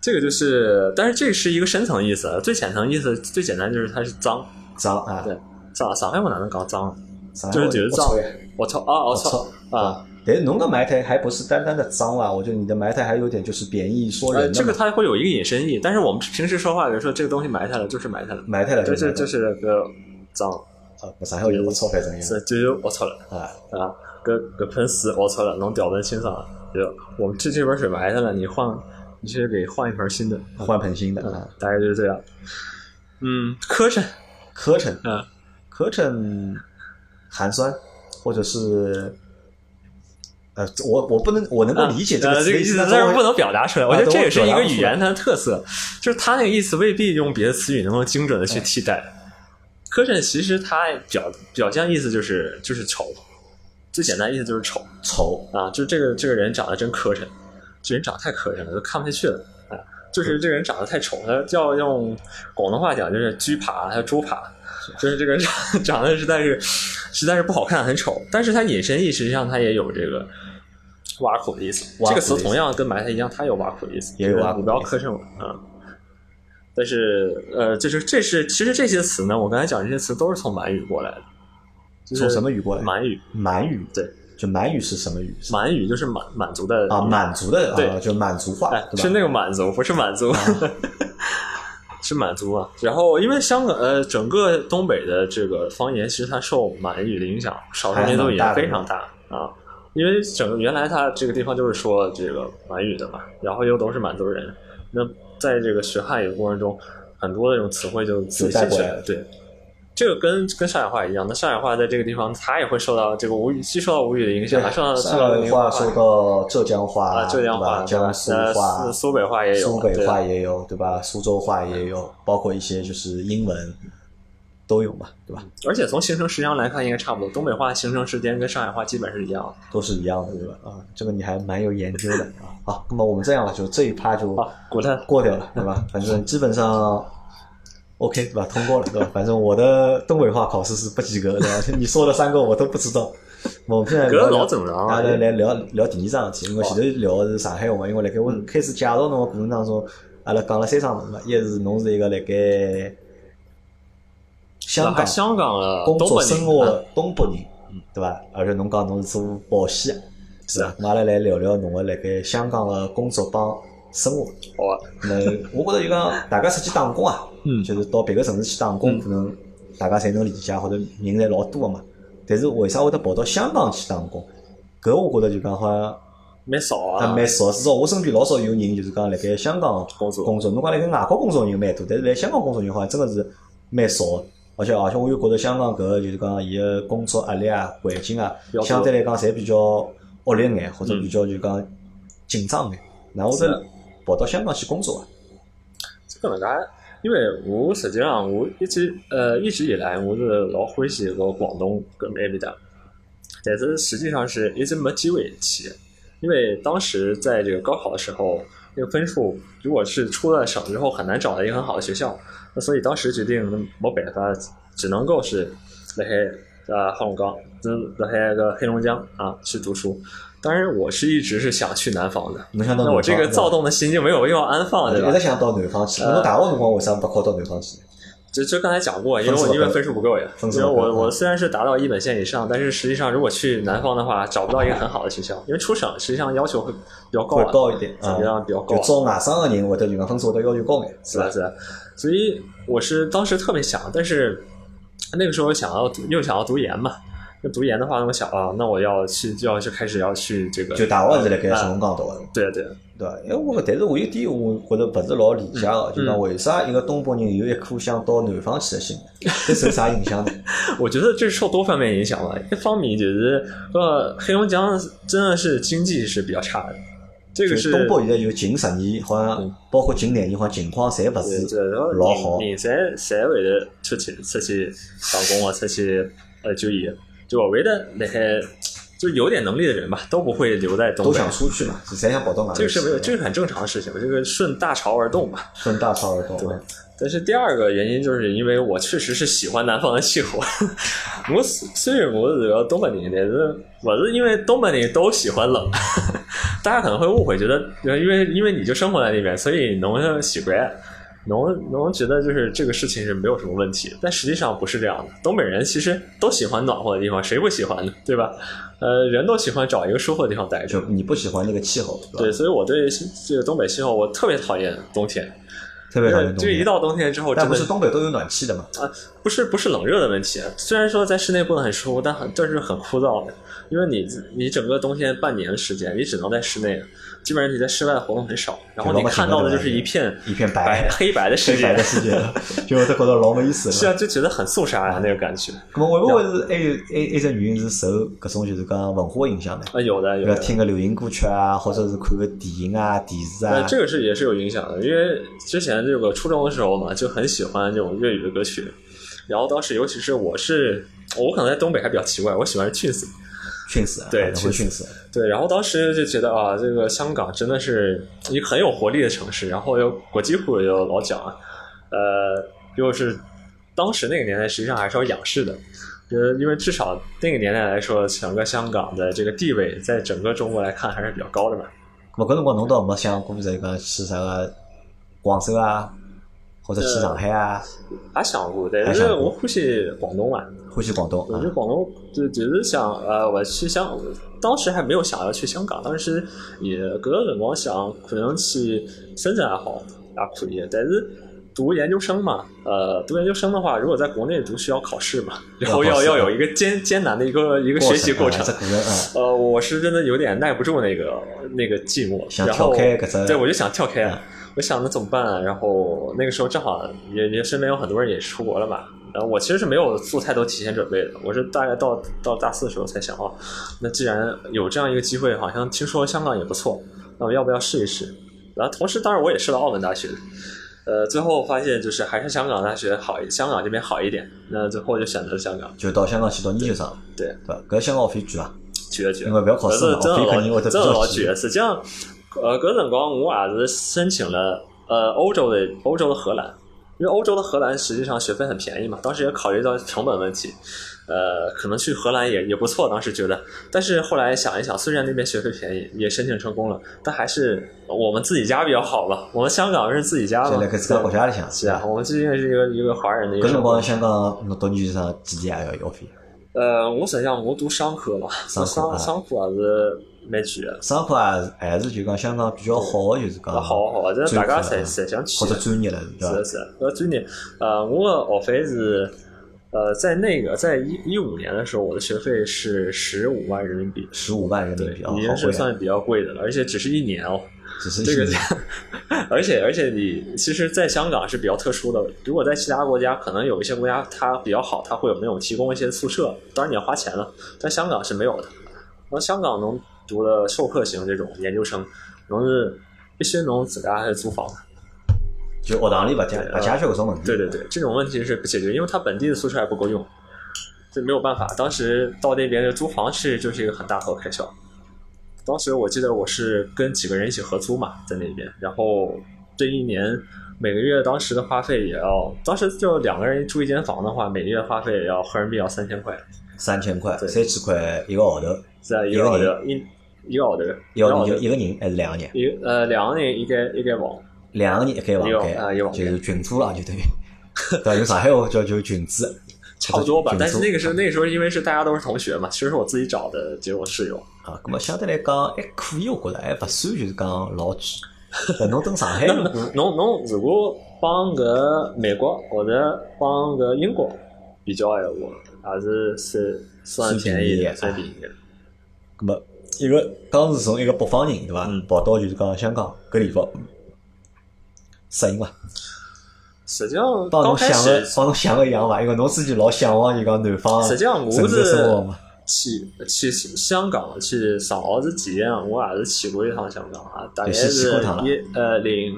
这个就是，但是这是一个深层意思，啊最浅层意思最简单就是它是脏，脏啊，对，上上海话哪能讲脏？上海就话是就是脏龌龊呀，我操啊，我龌操龊。啊！但是侬的埋汰还不是单单的脏啊，我觉得你的埋汰还有点就是贬义说呃，人这的个嘛，它会有一个引申义，但是我们平时说话，比如说这个东西埋汰了，就是埋汰了，埋汰了就是就就是个脏，啊，上海话就龌龊反正是有就是我操了。啊，啊，搿搿喷水我操了，侬掉在心上了。就我们这这盆水埋汰了，你换，你去给换一盆新的。换盆新的啊嗯，，大概就是这样。嗯，磕碜，磕碜，嗯，磕碜，寒酸，或者是。呃，我我不能，我能够理解这呃个词这的意个意思，思，但是但是我不能表达出来。我啊觉得对这我也是表一达个不语出言它的特色，就是它那个意思未必用别的词语能够精准的去替代。磕碜其实它表表象意思就是就是丑，最简单意思就是丑丑啊，就这个这个人长得真磕碜，这人长得太磕碜了，都看不下去了。啊，就是这个人长得太丑，他要用广东话讲就是“居爬”还有“猪爬”，就是这个人长 长得实在是实在是不好看，很丑。但是他隐身意实际上他也有这个挖苦的意思。挖这苦的个意思词同样跟埋汰一样，他有挖苦的意思，也有挖苦的意思你不要磕碜我啊。但是，呃，就是这是其实这些词呢，我刚才讲这些词都是从满语过来的，就是从什么语过来？满语，满语，对，就满语是什么语？满语就是满满族的啊，满族的对啊，就满族话，哎，对吧？啊是那个满族，不是满族， 是满族啊。然后，因为香港呃，整个东北的这个方言，其实它受满语的影响，少数民族也非常大啊。因为整个原来它这个地方就是说这个满语的嘛，然后又都是满族人，那在这个学汉语的过程中，很多的这种词汇就自己带进过去来了对。这个跟跟上海话一样，那上海话在这个地方，它也会受到这个吴语，既受到吴语的影响，还受到受上到海文化话说到浙江话，啊，浙江对吧话、江苏呃话苏、苏北话也有，啊苏北对嗯话也有，对吧？苏州话也有，包括一些就是英文都有嘛，对吧？而且从形成时间上来看，应该差不多。东北话形成时间跟上海话基本是一样的。都是一样的，对吧？啊，这个你还蛮有研究的 啊。好，那么我们这样吧，就这一趴就好，啊古特，过掉了，对 吧？反正基本上 OK，对吧？通过了，对吧？反正我的东北话考试是不及格的，对吧 你说的三个我都不知道。那我们现在格聊聊老正常啊，啊，来来聊聊第二桩事体，因为前头聊的是上海话，因为辣盖我嗯开始介绍侬个过程当中，阿拉讲了三桩事嘛，一是侬是一个辣盖香还港香港了，工东作北人生活啊嗯的东北人，对伐？而且侬讲侬是做保险的，是啊咾阿拉来聊聊侬个辣盖香港个工作帮生活。好啊，那我觉着就讲大家出去打工啊，嗯就是到别个城市去打工，嗯可能大家侪能理解，或者人侪老多个嘛。但是为啥会得跑到香港去打工？搿我觉着就讲好像没少还啊，蛮少，至少我身边老少有人就是讲辣盖香港工作工作，侬讲辣盖外国工作人蛮多，但是来香港工作人好像真的是蛮少的。而且而且我又觉得香港搿个就是讲伊个工作压力啊、环境啊比较，多相对来讲侪比较恶劣眼，或者比较就讲紧张眼。哪会是得的跑到香港去工作啊？这个能介，因为我实际上我一直呃一直以来我是老欢喜搿广东搿埃面搭，但是实际上是一直没机会去，因为当时在这个高考的时候，那个分数如果是出了省之后很难找到一个很好的学校，那所以当时决定没办法，只能够是辣海呃黑龙江，就是辣海个黑龙江啊去读书。当然，我是一直是想去南方的，侬想到啊那我这个南方躁动的心就没有地方安放，哦对吧呃一？直想到南方去，侬大学辰光为啥没考到南方去？就就刚才讲过，因为分数我不因为够分数不够呀，分数因为不够我嗯我虽然是达到一本线以上，但是实际上如果去南方的话，找不到一个很好的学校，因为出省实际上要求会比较高会啊，高一点怎啊么，样比较高就啊，招外省个人会得就讲分数会得要求高眼，是吧？是吧？所以我是当时特别想，但是那个时候想要读，又想要读研嘛，那读研的话，我想啊，那我要去就要去开始要去这个，就大学是辣盖啊黑龙江读个。对啊对，对伐？因为我但是我有点我觉着勿是老理解个，嗯就讲为啥一个东北人有一颗想到南方去的心呢？这受啥影响呢？我觉得这是受多方面影响吧。一方面就是呃，黑龙江真的是经济是比较差的， 这就个是东北现在有近十年，好像包括近廿年，好像情况侪勿对是对，然后老好人人才侪会得出去出去打工啊，出去呃就业，就我会得那些就有点能力的人吧，都不会留在东都北。想出去嘛，侪想跑到外头这去。个是没有，这是很正常的事情，这个顺大潮而动嘛。顺大潮而动。对但是第二个原因就是因为我确实是喜欢南方的气候，我虽虽然我是个东北人，但是我是因为东北人都喜欢冷， 大家可能会误会，觉得呃因为因为你就生活在那边，所以侬就习惯，侬侬觉得就是这个事情是没有什么问题，但实际上不是这样的。东北人其实都喜欢暖和的地方，谁不喜欢呢？对吧？呃，人都喜欢找一个舒服的地方待就。着你不喜欢那个气候，对，对伐？所以我对这个东北气候，我特别讨厌冬天，特别讨因为厌这冬个一天。到冬天之后，但真不的是东北都有暖气的嘛？不是不是冷热的问题，虽然说在室内过得很舒服，但很但是很枯燥的，因为你你整个冬天半年的时间，你只能在室内，啊基本上你在室外活动很少，然后你看到的就是一片一片白白黑白的世黑白界的，世界， 就会得觉着老没意思。了。是啊，就觉得很肃杀呀、那个感觉那么会不会是还有还还只原因是受搿种就是讲文化影响呢？啊，有的有比如的。听个流行歌曲啊，或者是看个电影啊、电视呃，啊，这个是也是有影响的，因为之前这个初中的时候嘛，就很喜欢这种粤语的歌曲，然后当时尤其是我是我可能在东北还比较奇怪，我喜欢 Twins，熏死，啊对可能会熏死。对，然后当时就觉得啊，这个香港真的是一个很有活力的城市，然后又国际户又老蒋，呃，又是当时那个年代实际上还是要仰视的，呃，因为至少那个年代来说，整个香港的这个地位在整个中国来看还是比较高的嘛。咾搿辰光侬倒没想过这个去啥个广州啊，或者去上海啊，还想过的，还但想是过我欢喜广东嘛，欢喜广东我啊去。广东就就是想呃，我去香，当时还没有想要去香港，当时也隔个辰光想可能去深圳也好，啊也可以，但是。读研究生嘛，呃，读研究生的话，如果在国内读需要考试嘛，然后要考要试要有一个艰艰难的一个一个学习过啊程这。可能啊，呃，我是真的有点耐不住那个那个寂寞，想然后跳开嗯搿只对我就想跳开啊，我想那怎么办啊？然后那个时候正好也也身边有很多人也出国了嘛，然后我其实是没有做太多提前准备的，我是大概到到大四的时候才想哦，那既然有这样一个机会，好像听说香港也不错，那我要不要试一试？然后同时，当然我也试了澳门大学，呃，最后发现就是还是香港大学好一，香港这边好一点，那最后就选择了香港，就到香港去读研究生，对。对伐？搿香港学费贵伐？绝绝，啊因为不要考试嘛真的我老肯定会得真比较的老急绝。实际上，呃，搿辰光我也是申请了呃欧洲的欧洲的荷兰，因为欧洲的荷兰实际上学费很便宜嘛，当时也考虑到成本问题，呃，可能去荷兰也也不错，当时觉得，但是后来想一想，虽然那边学费便宜，也申请成功了，但还是我们自己家比较好吧，我们香港是自己家就嘛辣，搿自家国家里向，是啊，我们毕竟是一个一个华人的一搿个辰生活。光香港侬读研究生几钿也要学费？呃，我实际上我读商科嘛，商科啊商商科也是蛮贵的。上课啊，还是就讲香港比较好的，就是讲啊，好好，这大家侪专侪想去啊或。者啊专业了，对伐是？是，呃，最近呃，我的学费是，呃，在那个在一一五年的时候，我的学费是十五万人民币，十五万人民对，币啊，已好经贵是啊！算比较贵的了，而且只是一年哦。只是这个一 年，而且而且你其实，在香港是比较特殊的。如果在其他国家，可能有一些国家它比较好，它会有那种提供一些宿舍，当然你要花钱了。但香港是没有的。然后香港能读的授课型这种研究生，侬是必须侬自家还是租房。就学堂里勿解对勿解决搿种问题。对对对，这种问题是不解决，因为他本地的宿舍还不够用，这没有办法。当时到那边的租房是就是一个很大头开销。当时我记得我是跟几个人一起合租嘛，在那边，然后这一年每个月当时的花费也要，当时就两个人住一间房的话，每个月花费也要合人民币要三千块，三千块，对三千块一个号头，在一一个个号头人一一个号头，一要个号头一个一个人还是两个人？一个呃两个人一个一个网，两个人一间一个房啊间一个，房就间是群租了，就等于，对吧？用上海话叫就群租， 差不多吧群。租但是那个时候那个时候因为是大家都是同学嘛，其实是我自己找的，结果室友。啊，咁么相对来讲还可以，我觉着还勿算就是讲老贵。 但侬等上海，那侬侬如果帮个美国或者帮个英国比较闲话，还是是算便宜的，算算便宜的。咁么一个当时从一个北方人对伐嗯，跑到就是讲香港搿地方，适应伐？实际上帮刚侬开想个始，帮侬想个一样伐？因为侬自己老向往就讲南方实际上我城市是生活嘛。去去香港去上学之前，啊我也是去过一趟香港啊，大概对是去是过趟了一呃零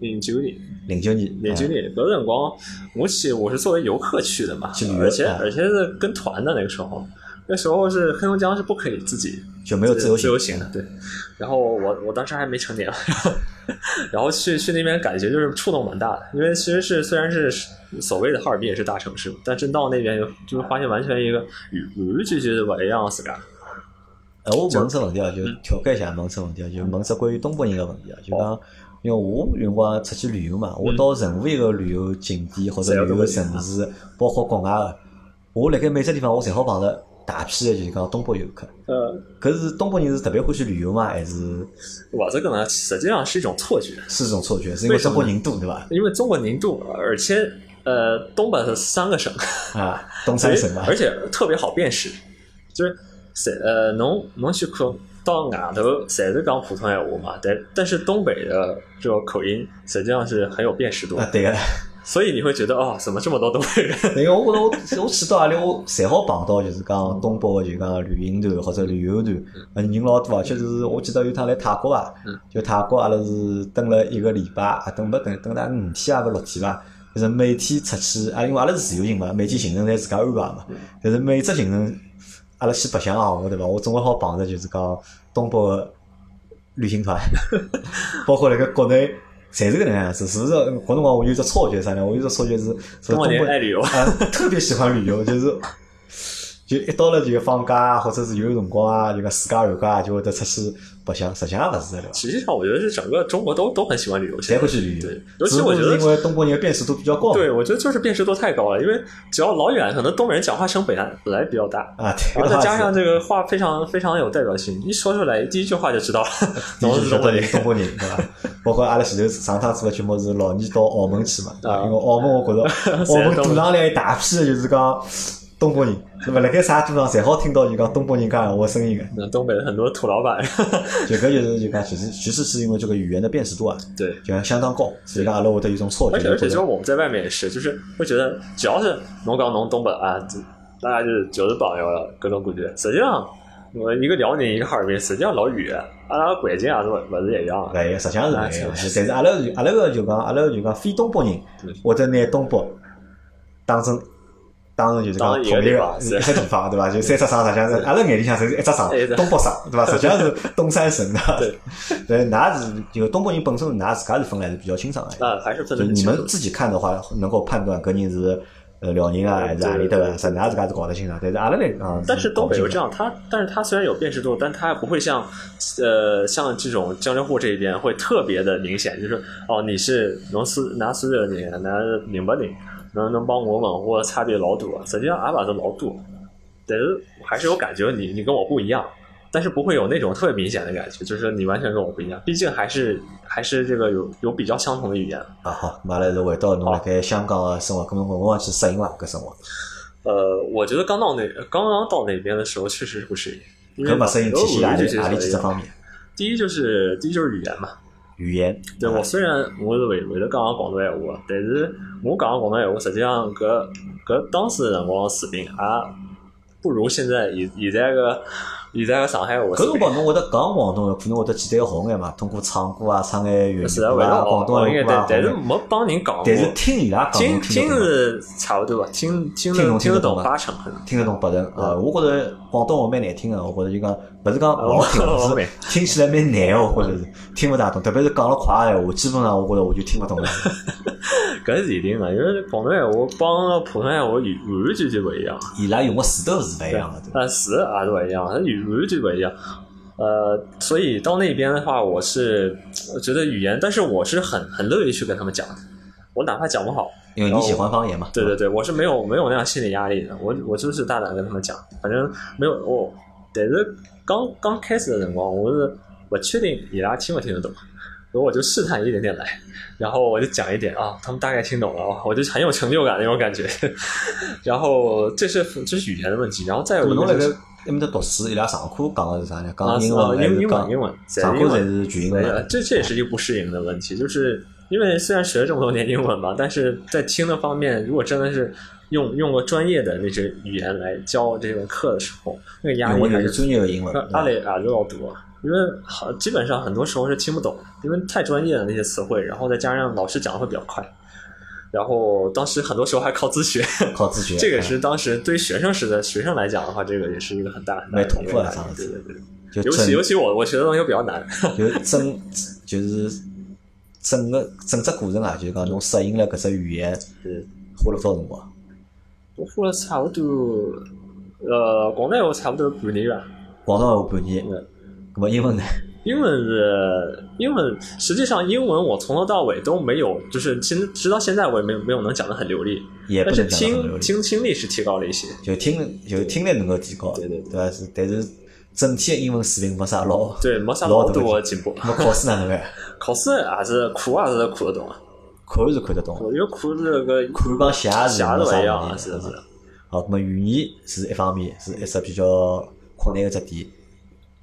零九年。零九年，年经啊理，搿辰光我去我是作为游客去的嘛去旅，游而且啊而且是跟团的那个时候，那时候是黑龙江是不可以自己就没有自由行嗯自由行的，对。然后我我当时还没成年， 然后去去那边感觉就是触动蛮大的，因为其实是虽然是所谓的哈尔滨也是大城市，但真到那边就就发现完全一个与与日俱进的勿一样的自噶。呃，我问只问题啊，就嗯调侃一下，问只问题啊，就问只关于东北人个问题啊，就讲，因为我有辰光出去旅游嘛，嗯我到任何一个旅游景点或者旅游城市，包括国外个，我辣盖每只地方我侪好碰着大批个就是讲东北游客。呃，搿是东北人是特别欢喜旅游嘛，还是我这个呢，实际上是一种错觉，是一种错觉？是因为中国人多对伐？因为中国宁度，而且呃，东北是三个省。啊，东三省嘛而，且特别好辨识，就是谁呃，侬侬去看到外头侪是讲普通闲话嘛，但但是东北的这个口音实际上是很有辨识度，啊对个。所以你会觉得哦，怎么这么多东北人？ 因为我觉得我我去到阿里，我侪好碰到就是讲东北个就讲旅行团或者旅游团，呃人老多，而且是我记得有趟来泰国啊嗯，就泰国阿拉是蹲了一个礼拜，啊蹲没蹲蹲了大概五天啊，勿六天伐。就是每天出去，啊，因为阿拉是自由行嘛，每天行程侪自家安排嘛。但是每只行程阿拉去白相个项目对伐？我总归好碰着就是讲东北个旅行团，包括辣盖国内，侪是搿能样子。是不是？搿辰光我有只错觉啥呢？我有只错觉是，是东中国人北爱旅 游，啊，特别喜欢旅游，就是就一到了就放假啊，或者是有辰光啊，就讲自家寒假啊，就会得出去白相，实际上也勿是的，对伐？实际上我觉得是整个中国都都很喜欢旅游，现侪在会去旅游对，尤，其只不我过觉是得因为东北人的辨识度比较高对，我觉得就是辨识度太高了，因为只要老远，可能东北人讲话声本来本来比较大，啊， 对然后个再加话上这个话非常非常有代表性，一说出来第一句话就 知道了，你能就是是东东北北人人，东北人对伐？包括阿拉前头上趟做个节目是老二到澳门去嘛，对伐啊因为澳门我 觉着澳门赌场里有一大批的就是讲东北人，对伐？辣盖啥赌场侪好听到就讲东北人讲闲话声音个，那 东北的很多土老板，就搿就是就讲其实其实是因为这个语言的辨识度啊，对，就像相当高，所以讲阿拉会得有一种错觉，而且而且就就是我们在外面也是，就是会觉得只要是侬讲侬东北啊，就大家就是就是朋友了，各种感觉。实际上，我一个辽宁，一个哈尔滨，实际上老远，阿拉北京啊，都不是一样啊。哎，实际上是搿样，啊但是阿拉就阿拉个就讲阿拉个就讲非东北人对，或者拿东北当成当成就是讲当统成一一个个地方一个地方对伐？就三只省，实际上是阿拉眼里向侪是一只省哎，对东北省对伐？实际上是东三省的。对对，㑚是就东北人本身，㑚自家是分来是比较清爽的。那还是分就得很你清们楚。自己看的话，能够判断搿人是呃辽宁啊，还是对阿里搭对的，对是㑚自家是搞得清爽，但是阿拉来讲，但是东北有这样，样，它但是它虽然有辨识度，但它不会像，呃，像这种江浙沪这边会特别的明显，就是哦，你是侬是拿苏州人，拿宁波人，能能帮我们或差别老大，实际上俺把是老大，但是我还是有感觉你你跟我不一样，但是不会有那种特别明显的感觉，就是你完全跟我不一样，毕竟还是还是这个有有比较相同的语言，啊好，阿拉是回到侬辣盖香港个生活，搿么辰光去适应伐搿生活？呃，我觉得刚到那刚刚到那边的时候确实是不适应。因为搿么适应体现阿有里些阿里小几地只方方面？第一就是第一就是语言嘛，语言，对我虽然我是为为了讲广东闲话，但是我讲广东闲话，实际上搿搿当时辰光水平也不如现在现现在个现在个上海话搿水辰平。光侬会得讲广东，可能会得简单学眼嘛，通过唱歌啊、唱眼粤语是啊，为歌了啊、广东学闲应话该，啊但但是学眼没帮人讲过。但是听伊拉讲，听侬听听得懂吗是差不多吧，听听听懂听得听得懂懂吧八成可能。听得懂八成。呃，我觉着广东话蛮难听个，我觉着就讲勿是讲勿好听啊，哦 哦是听起来蛮难个，我觉着是听勿大懂，特别是讲了快个闲话，基本上我觉着我就听勿 懂了。搿是一定的，因为广东闲话帮普通闲话语完全就不一样。伊拉用个词头是勿一样个，对 伐？呃，死啊都一样，它语完全不一样。呃，所以到那边的话，我是我觉得语言，但是我是很很乐意去跟他们讲的。我哪怕讲不好，因为你喜欢方言嘛。对对对，我是没有没有那样心理压力的。我我就是大胆跟他们讲，反正没有我，但是刚刚开始的辰光，我是不确定伊拉听不听得懂，所以我就试探一点点来，然后我就讲一点啊，他们大概听懂了，哦我就很有成就感那种感觉。然后这是这是语言的问题，然后再有咾一侬辣个就盖是。埃面搭读书，伊拉上课讲个是啥呢？啊讲是英啊文还英是英讲文英文，对上课英侪文。是全英对文啊啊？这这也是一个不适应的问题，就是因为虽然学了这么多年英文吧，但是在听的方面，如果真的是用用个专业的那些语言来教这门课的时候，那个压因力为还是是专业个英文那。对阿伐里啊就要多，因为好基本上很多时候是听不懂，因为太专业的那些词汇，然后再加上老师讲的会比较快，然后当时很多时候还靠自学，靠自学，啊这个嗯是当时对学生时的学生来讲的话，这个也是一个很大很大的蛮痛苦的一个压力上次对对对。哎就 尤整其尤其我我学的东西比较难，就整就是整个整只过程啊，就是讲侬适应了搿只语言是花了多少辰光？我花了差不多，呃，广东话差不多半年吧。广东话半年，嗯搿么英文呢？英文是英文，实际上英文我从头到尾都没有，就是现直到现在我也没有没有能讲的很流利，也不但是能讲得很流听利，听听力是提高了一些。就听就听力能够提高，对对对伐？是，但是整体的英文水平没啥老。对，没啥老老多多的进步。那么考试哪能办？ 考试也是苦也是苦得懂啊，看是看得懂，因为苦是个看帮写也是写没都啥一样问啊，题。是是吧。好，那么语言是一方面，是一只比较困难的一只点，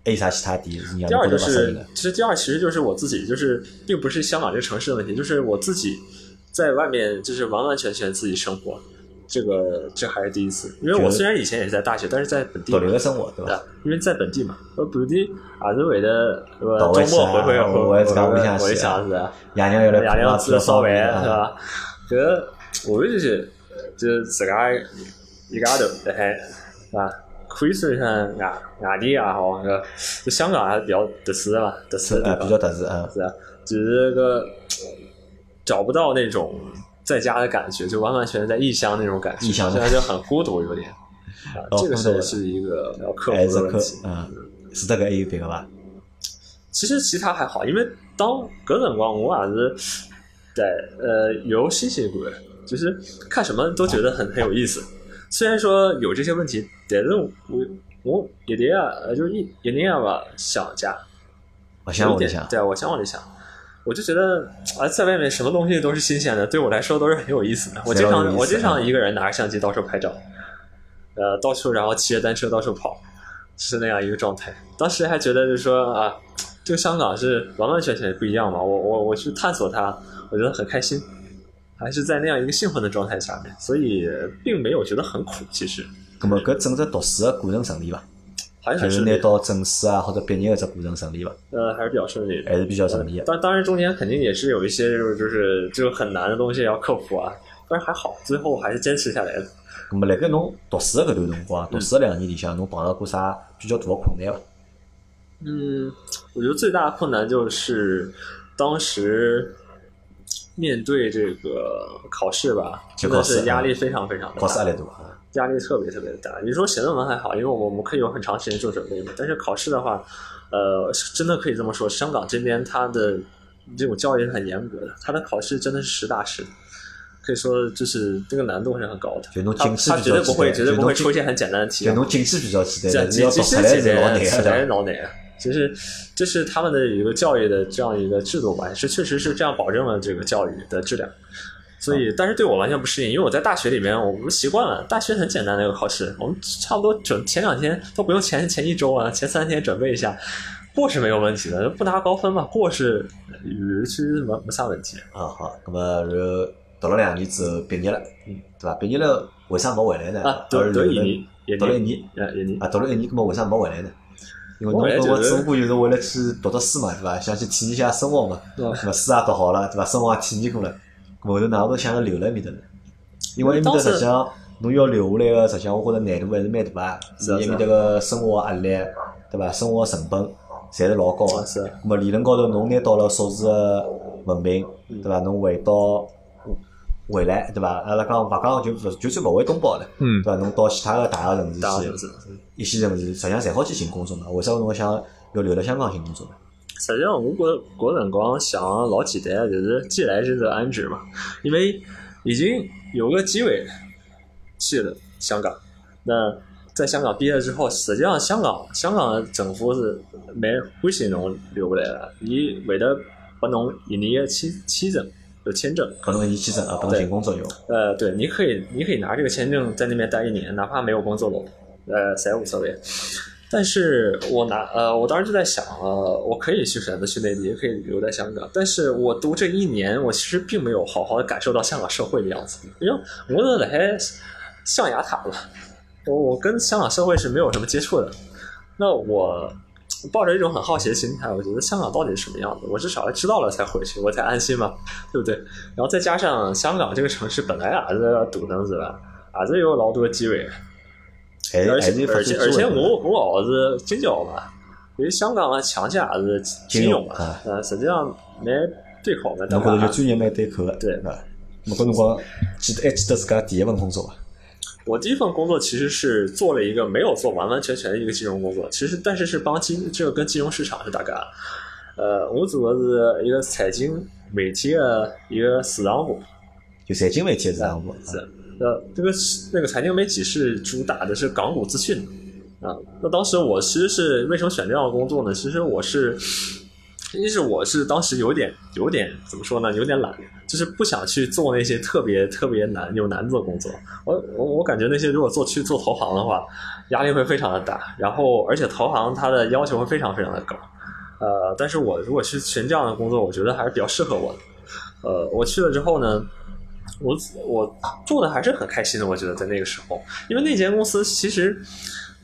还有啥其他点是让第二侬就觉得勿适应是的？，其实第二其实就是我自己，就是并不是香港这个城市的问题，就是我自己在外面就是完完全全自己生活，这个这还是第一次。因为觉我得虽然以前也是在大学，但是在本地独立嘛，的生活，对伐啊？因为在本地嘛，我本地也是为了呃到周位是末啊回回我回我也自家屋里向回去想是啊，爷娘要来啊爷娘帮吃做了烧饭饭是？吧？搿我就是就自家一家头辣海啊，可以说一下外外地也好，是吧就香港还是比较特殊的吧，特殊的呃，地比方较特殊，嗯，是啊，只是个找不到那种在家的感觉，就完完全全在异乡那种感觉，异乡的现在就很孤独，有点。啊哦这孤个独是了是一个要克还服是的可问题。嗯，是这个还有别个伐？其实其他还好，因为当搿辰光我也是在呃有新鲜感，就是看什么都觉得很很有意思。虽然说有这些问题，但是我我一点啊，呃就是一一点也不想家，我想有我点里想，对，我想往里想，我就觉得啊，在外面什么东西都是新鲜的，对我来说都是很有意思的。我经有意常思嗯我经常一个人拿着相机到处拍照，呃，到处然后骑着单车到处跑，是那样一个状态。当时还觉得就是说啊，这个香港是完完全全不一样嘛，我我我去探索它，我觉得很开心。还是在那样一个兴奋的状态下面，所以并没有觉得很苦，其实那么搿整只读书的过程顺利伐？还是就很是顺拿利的，到证书啊或者毕业的这过程顺利伐？呃，还是比较顺利的。还是比较顺利的。当当然中间肯定也是有一些就是就是就是很难的东西要克服啊，但是还好，最后还是坚持下来了。那么辣盖侬读书的搿段辰光，读书的两年里向，侬碰到过啥比较大的困难伐？嗯，我觉得最大的困难就是当时面对这个考试吧，就真考的试嗯是压力非常非常的考试压大，力大啊，压力特别特别的大。你说写论文还好，因为我们可以有很长时间做准备嘛，但是考试的话，呃，是真的可以这么说，香港这边它的这种教育是很严格的，它的考试真的是实打实的。可以说，就是这个难度是很高的。就侬他进去他比绝较对不简会，单，绝就对不会侬进出现很简单的题就啊。侬进去比较简这单，但是要啊读其出实来简是老单，难简单的。老难啊。就是这是他们的一个教育的这样一个制度吧，是确实是这样保证了这个教育的质量。所以，但是对我完全不适应，因为我在大学里面，我们习惯了大学很简单的一个考试，我们差不多准前两天都不用前前一周啊，前三天准备一下，过是没有问题的，不拿高分嘛，过是与其实没没啥问题。啊好，那么然后读了两年之后毕业了，嗯对伐？毕业了为啥没回来呢？啊，而德是德留语了尼，也读了一年，啊，也尼，啊，读了一年，那么为啥没回来呢？因为侬我也跟觉我得只不过就是为了去读读书嘛，对伐？想去体验一下生活嘛，对吧那么书也读好了，对伐？生活也体验过了，后头哪能想着留了埃面搭呢？因为埃面搭实际上侬要留下来个，实际上我觉着难度还是蛮大是个，啊埃是啊面搭个生活压力，对伐？生活成本侪是老高个啊。是那么理论高头，侬拿到了硕士个文凭，嗯对伐？侬回到回来，对伐？阿拉讲勿讲就勿就算勿回东北了，嗯对，伐？侬到其他个大个城市大去城。市。一线城市，实际上侪好去寻工作嘛。为啥侬想要留辣香港寻工作呢？实际上，我觉搿辰光想老简单，就是既来之则安之嘛。因为已经有个机会去了香港，那在香港毕业之后，实际上香港香港政府是蛮欢喜侬留下来的，伊会得拨侬一年的签签证，就签证。搿侬一签证啊，帮侬寻工作用。呃，对，你可以，你可以拿这个签证在那边待一年，哪怕没有工作了，呃，谁也无所谓。但是我拿呃，我当时就在想，呃，我可以去选择去内地，也可以留在香港。但是我读这一年，我其实并没有好好的感受到香港社会的样子，因为我都来象牙塔了，我我跟香港社会是没有什么接触的。那我抱着一种很好奇的心态，我觉得香港到底是什么样子，我至少要知道了才回去，我才安心嘛，对不对？然后再加上香港这个城市本来啊也是堵城是吧？也是有老多机会，还是而还且哎是发而展且机而会且的我我也是金融嘛，因为香港啊强项也是金融嘛金融啊，呃，实际上没对口的，侬但觉着就是专业蛮对口个，啊对伐？侬搿辰光记得还记得自家第一份工作伐？我第一份工作其实是做了一个没有做完完全全的一个金融工作，其实但是是帮金这个跟金融市场是搭嘎。呃，我做的是一个财经媒体的一个市场部，就财经媒体是啥物是呃，这个是那个财经媒体是主打的是港股资讯啊。那当时我其实是为什么选这样的工作呢？其实我是，一是我是当时有点有点怎么说呢？有点懒，就是不想去做那些特别特别难有难度的工作。我我我感觉那些如果做去做投行的话，压力会非常的大，然后而且投行它的要求会非常非常的高。呃，但是我如果去寻这样的工作，我觉得还是比较适合我的。呃，我去了之后呢，我我做的还是很开心的，我觉得在那个时候，因为那间公司其实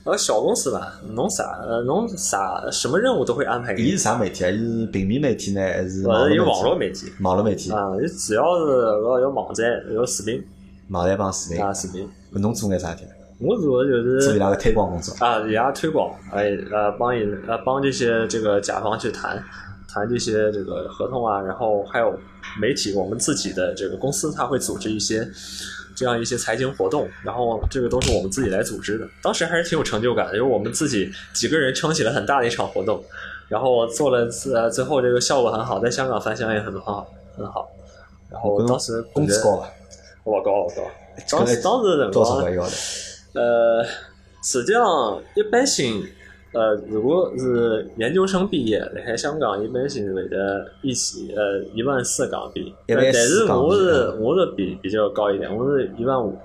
呃小公司吧，侬啥呃侬啥什么任务都会安排给伊你是，啥媒体啊？伊是平面媒体呢，还是呃，有网网络络媒媒体体？网络媒体，啊，你只要是呃有网站有视频网站帮视频啊，视频。搿侬做眼啥体？呃我做的就是做伊拉个推广工作。啊，也要推广，哎，呃，帮引呃帮这些这个甲方去谈谈这些这个合同啊，然后还有媒体，我们自己的这个公司，它会组织一些这样一些财经活动，然后这个都是我们自己来组织的。当时还是挺有成就感的，因为我们自己几个人撑起了很大的一场活动，然后做了呃最后这个效果很好，在香港反响也很好很好。然后当时工资高伐？我高我高，当时当时辰多少光个一个号头？呃，实际上一般性，呃，如果是研究生毕业，辣海香港一般性会得一起呃一万四港币，一呃但万四但是港我币是嗯我是比比较高一点，我是一万五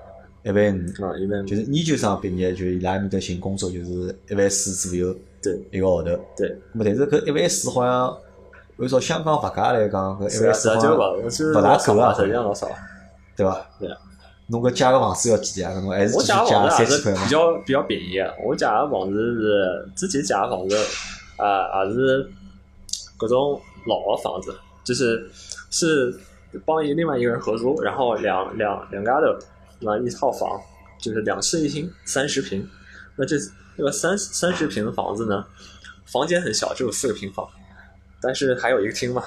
一万五，啊，一万五就是研究生毕业，就是伊拉埃面搭寻工作就是一万四左右对一个号头。对，咁但是搿一万四好像按照香港物价来讲，搿一是啊万是四啊，好就像老就是不大老少够啊啊，实际上老少啊。对伐？对啊。侬搿借个房子要几钿啊？搿侬还是继我续家借房子三千还是块嘛比？较比较便宜啊，我家的房子是自己家的房子啊，也是各种老的房子，就是是帮一另外一个人合租，然后两两两家头，那一套房就是两室一厅，三十平。那这这个三三十平的房子呢，房间很小，只有四个平方，但是还有一个厅嘛。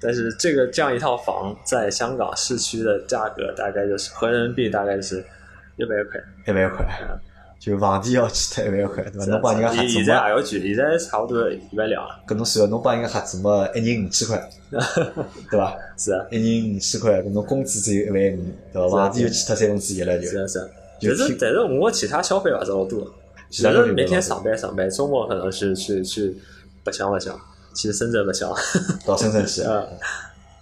但是这个这样一套房在香港市区的价格大概就是合人民币大概是一百块。一万嗯块，就房钿要去脱一万块，对伐？啊侬帮人家合现租在哎嘛，也要贵，现在差不多一百两了，搿侬算，侬帮人家合租嘛，一人五千 块，对伐？是啊，一人五千块，搿侬工资只有一万五，对伐？是啊房钿又去脱三分之一了，就是啊，是啊。就但是挺但是我其他消费还是老多，其他消就费是每比较天多上班上班，周末可能是去去白相白相，去深圳白相， 到深圳去。啊，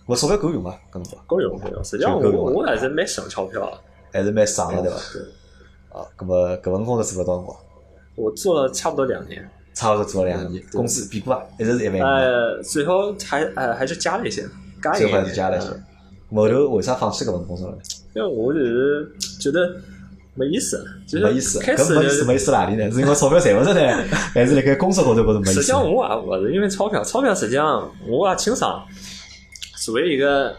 我钞票够用伐？搿辰光够用够用。实际上就我够用了我还是蛮省钞票的，还是蛮爽的，对伐？对，啊，搿么搿份工作做了多少辰光？我做了差不多两年，差不多做了两年，嗯对工资比过伐？一直是一万五，呃，最后还呃还是加了一些，加一最后点还是加了一些嗯。后头为啥放弃搿份工作了呢？因为我就是觉得没意思，就是没意思，开搿始没就意是思，没意思哪里呢？是因为钞票赚勿着 呢，还是辣盖工作高头觉着没意实际思上呢？呃我也勿是因为钞票，钞票实际上我也清爽。作为一个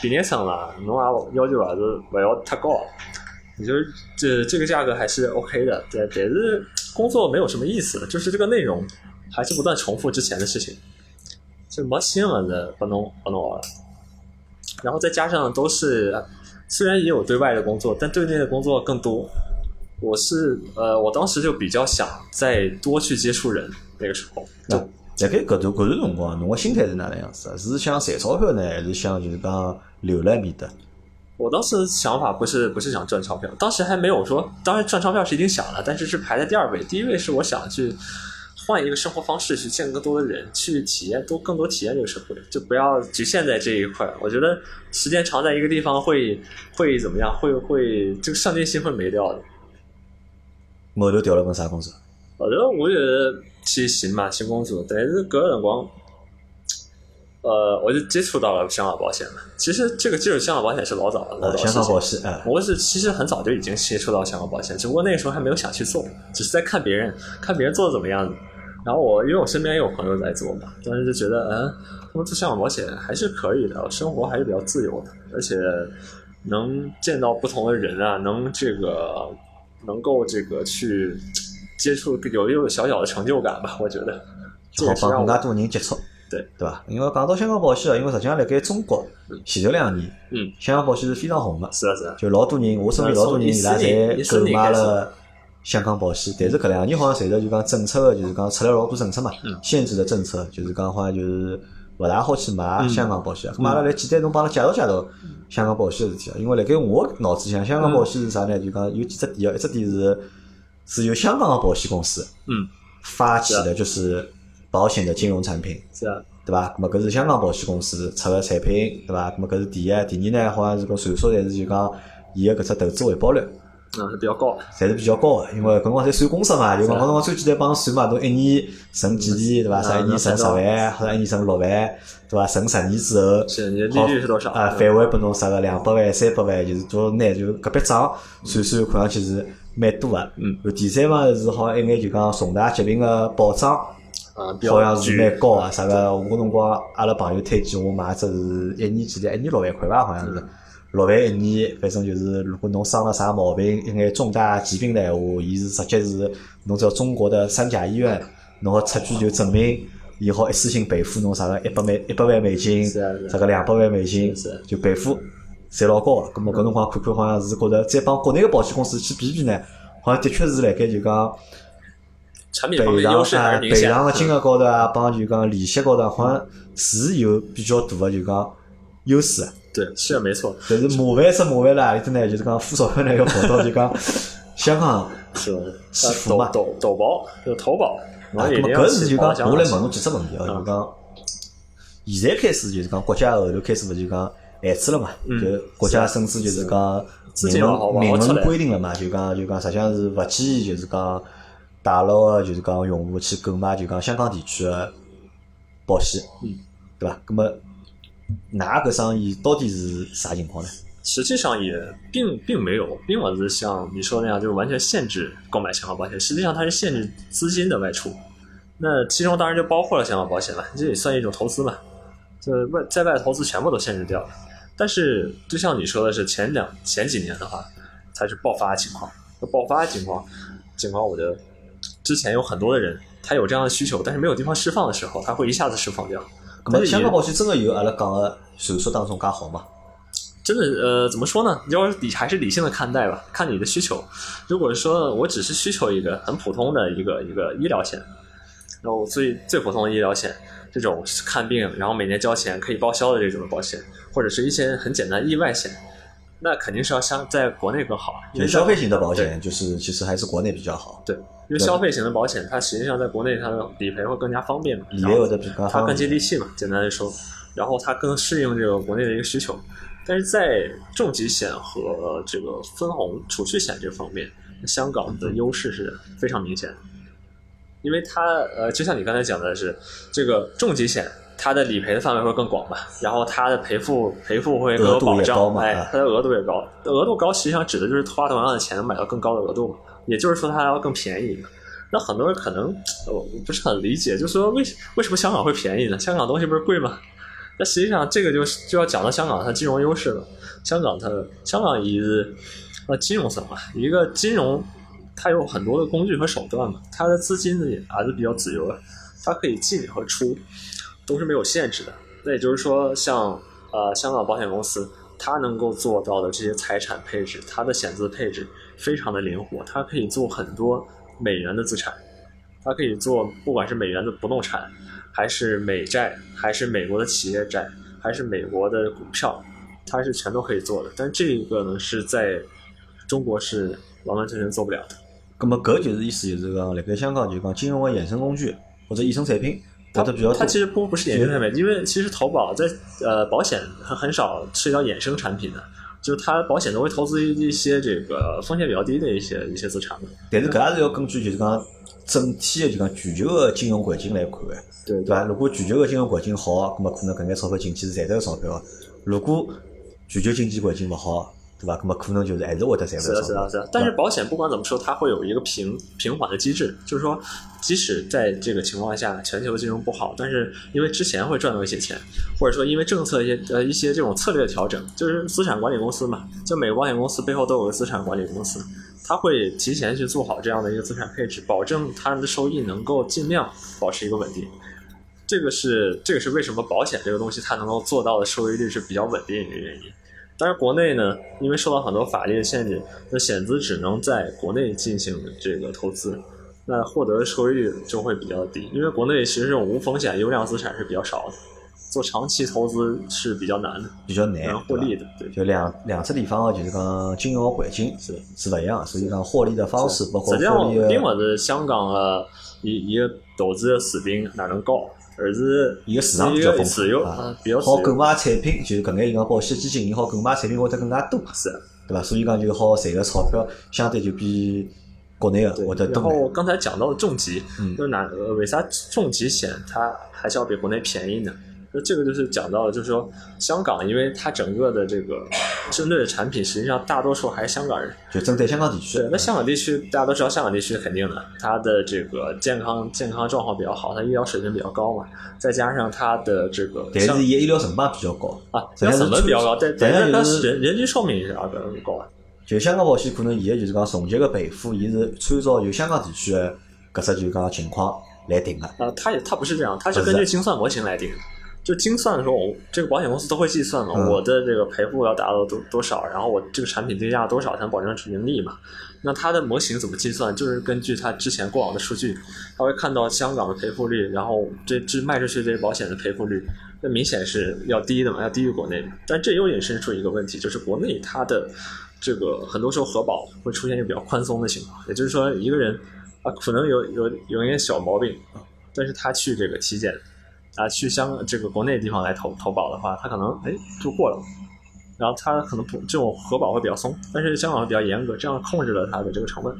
毕业生啦，侬也要求还是勿要太高，也就是这这个价格还是 OK 的。但但是工作没有什么意思，就是这个内容还是不断重复之前的事情，就没新闻的不能不能玩了。然后再加上都是虽然也有对外的工作，但对内的工作更多。我是呃，我当时就比较想再多去接触人，那个时候那辣盖搿段搿段辰光，侬个心态是哪能样子啊？是想赚钞票呢，还是想就是讲留辣埃面搭？我当时想法不是不是想赚钞票，当时还没有说，当然赚钞票是一定想的，但是是排在第二位，第一位是我想去换一个生活方式，去见更多的人，去体验多更多体验这个社会，就不要局限在这一块。我觉得时间长在一个地方会会怎么样？会会这个上进心会没掉的。后头调了份啥工作？后头我觉得去寻嘛，寻工作，但是搿个辰光，呃，我就接触到了香港保险嘛。其实这个接触香港保险是老早了，老呃，早香之前港保险，哎，我是其实很早就已经接触到香港保险，只不过那个时候还没有想去做，只是在看别人，看别人做的怎么样子。然后我因为我身边也有朋友在做嘛，当时就觉得，嗯，他们做香港保险还是可以的，生活还是比较自由的，而且能见到不同的人啊，能这个能够这个去接触，有又有小小的成就感吧，我觉得。这好也是帮让更加我多人接触，对对伐？因为讲到香港保险啊，因为实际上辣盖中国前头两年，嗯，香港保险是非常红个，是啊是啊，就老多人，我身边老多人伊拉嗯侪从14购年买开始了香港保险，但是搿两年好像随着就讲政策的，就是讲出来老多政策嘛嗯，限制的政策，就是讲好像就是勿大好去买嗯香港保险。咁阿拉来简单侬帮阿拉介绍介绍香港保险个事体啊，因为辣盖我脑子里嗯向，香港保险是啥呢？就讲有几只点啊，一只点是是由香港的保险公司嗯，发起的，就是保险的金融产品。是啊，对伐？咁么搿是香港保险公司出个产品，对伐？咁么搿是第一，第二呢，好像是搿传说侪是就讲伊个搿只投资回报率，嗯，比较高，侪是比较高个，因为搿辰光侪算公式嘛，就讲搿辰光最简单帮侬算嘛，侬一年存几钿，对伐？啥一年啊存十万，或者一年存六万，对伐？存十年之后，是你的利率是多少？啊，返回拨侬啥个两百万、三百万，就是多少呢？就搿笔账算算看上去是蛮多个。嗯。第三嘛是好像一眼就讲重大疾病个保障。啊，比较好像是巨蛮高啊，啥个？我搿辰光阿拉朋友推荐我买只是一年几钿，一年六万块吧，好像是。六万一年，反正就是如果侬生了啥毛病，一眼重大疾病的闲话，伊是直接是侬只要中国的三甲医院，侬好出具就证明，伊好一次性赔付侬啥个一百美一百万美金，是啊是啊啥个两百万美金是啊就赔付，侪老高个。咁么搿辰光看看好像是觉着再帮国内个保险公司去比比呢，好像的确是辣盖就讲。产品方赔面偿优势还啊，是赔明显。偿个金额高头啊，帮就讲利息高头啊，好像是有比较大个就讲优势啊。对，是的没错，但是麻烦是麻烦了啊，里头呢就是讲付钞票呢要跑到就讲香港，是吧？是服抖嘛抖抖包就投保，我啊，也那一么定要搿是去就保讲箱我来子问侬几只问题哦，就讲现在开始就是讲国家后头开始勿就讲限制了嘛，嗯就国家甚至就是讲资金明要好文往明出文来规定了嘛，就讲就讲实际上是勿建议就是讲大陆个就是讲用户去购买就讲香港地区个保险，嗯对伐？葛么㑚搿生意到底是啥情况呢？实际上也并并没有，并不是像你说那样，就是完全限制购买香港保险。实际上它是限制资金的外出，那其中当然就包括了香港保险了，这也算一种投资嘛。这外在外投资全部都限制掉了。但是就像你说的是，前两前几年的话，它是爆发情况，这爆发情况情况，我觉得之前有很多的人他有这样的需求，但是没有地方释放的时候，他会一下子释放掉。葛么但是香也港保险真个有阿拉讲个传说当中介好吗？真的，呃，怎么说呢？你要是理还是理性的看待吧，看你的需求。如果说我只是需求一个很普通的一个一个医疗险，然后最最普通的医疗险，这种看病然后每年交钱可以报销的这种保险，或者是一些很简单意外险，那肯定是要相在国内更好，因就为消在费型的保险，就是其实还是国内比较好。对，因为消费型的保险它实际上在国内它的理赔会更加方便嘛，理然赔后有的比较它方更便接地气嘛，简单的说，然后它更适应这个国内的一个需求。但是在重疾险和这个分红储蓄险这方面，香港的优势是非常明显的，因为它呃，就像你刚才讲的是，这个重疾险它的理赔的范围会更广嘛，然后它的赔付赔付会更额有度也保高障，嘛哎啊，它的额度也高，额度高实际上指的就是花同样的钱买到更高的额度嘛，也就是说它要更便宜嘛。那很多人可能呃我不是很理解，就说为什为什么香港会便宜呢？香港东西不是贵吗？那实际上这个就是就要讲到香港它金融优势了。香港它香港一是呃金融城嘛，一个金融它有很多的工具和手段嘛，它的资金也还是比较自由的，它可以进和出都是没有限制的。那也就是说像，呃香港保险公司，它能够做到的这些财产配置，它的险资配置非常的灵活，它可以做很多美元的资产，它可以做不管是美元的不动产，还是美债，还是美国的企业债，还是美国的股票，它是全都可以做的。但这个呢是在中国是完完全全做不了的。咁么搿就是意思就是讲，辣盖香港就讲金融个衍生工具或者衍生产品，它或者比较多它其实不不是衍生产品，因为其实投保在呃保险很很少涉及到衍生产品的，就是它保险都会投资一些这个风险比较低的一些一些资产嘛。但是搿也是要根据就是讲整体个就讲全球个金融环境来看个，对对伐？如果全球个金融环境好，咁么可能搿眼钞票进去是赚得到钞票个；如果全球经济环境勿好，对伐？咁么可能就是还是会得赚勿是到的，钞是啊票。的，是的。但是保险不管怎么说，它会有一个平平缓的机制，就是说，即使在这个情况下，全球金融不好，但是因为之前会赚到一些钱，或者说因为政策一些呃一些这种策略调整，就是资产管理公司嘛，就每个保险公司背后都有个资产管理公司，它会提前去做好这样的一个资产配置，保证他们的收益能够尽量保持一个稳定。这个是这个是为什么保险这个东西它能够做到的收益率是比较稳定的一个原因。但是国内呢，因为受到很多法律的限制，那险资只能在国内进行这个投资，那获得的收益率就会比较低，因为国内其实这种无风险优良资产是比较少的，做长期投资是比较难的，比较难很难，获哎对伐？利的，对。就两两只地方个就是讲金融个环境是是勿一样的，所以讲获利的方式包括实际上获利，啊并个勿是香港个一一个投资的水平哪能高，而是伊个市场比较丰富自由啊啊，比较自好购由，买产品，就是搿眼银行保险基金，伊好购买产品会得更加多，是。对伐？所以讲就好赚个钞票，相对就比国内个对会得然多眼。后刚才讲到的重疾，嗯就是哪呃为啥重疾险它还是要比国内便宜呢？那这个就是讲到了，就是说香港，因为它整个的这个针对的产品，实际上大多数还是香港人。就针对香港地区。对，那香港地区大家都知道，香港地区是肯定的，它的这个健康健康状况比较好，它医疗水平比较高嘛，再加上它的这个但像是伊个医疗成本比较高，啊，咱要是怎么比较高？但咱但是是它就是人人均寿命是啊比较高啊。就香港保险可能伊个就是讲总结个赔付，伊是参照就香港地区个搿只就是讲情况来定个。啊，它也它不是这样，它是不是根据精算模型来定的。就精算的时候，我这个保险公司都会计算嘛，嗯我的这个赔付要达到多多少，然后我这个产品定价多少才能保证盈利嘛？那它的模型怎么计算？就是根据它之前过往的数据，它会看到香港的赔付率，然后这这卖出去这些保险的赔付率，那明显是要低的嘛，要低于国内的。但这又引申出一个问题，就是国内它的这个很多时候核保会出现一个比较宽松的情况，也就是说一个人啊可能有有有一些小毛病，但是他去这个体检啊，去香港这个国内地方来投投保的话，他可能哎就过了，然后他可能不这种核保会比较松，但是香港会比较严格，这样控制了他的这个成本，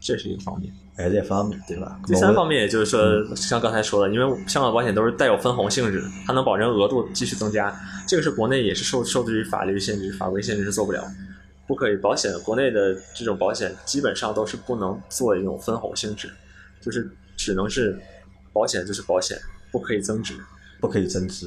这是一个方面。还是一方面，对吧？第三方面，也就是嗯说，像刚才说的，因为香港保险都是带有分红性质的，它能保证额度继续增加，这个是国内也是受受制于法律限制、法规限制是做不了，不可以。保险国内的这种保险基本上都是不能做一种分红性质，就是只能是保险就是保险，不可以增值。不可以增值。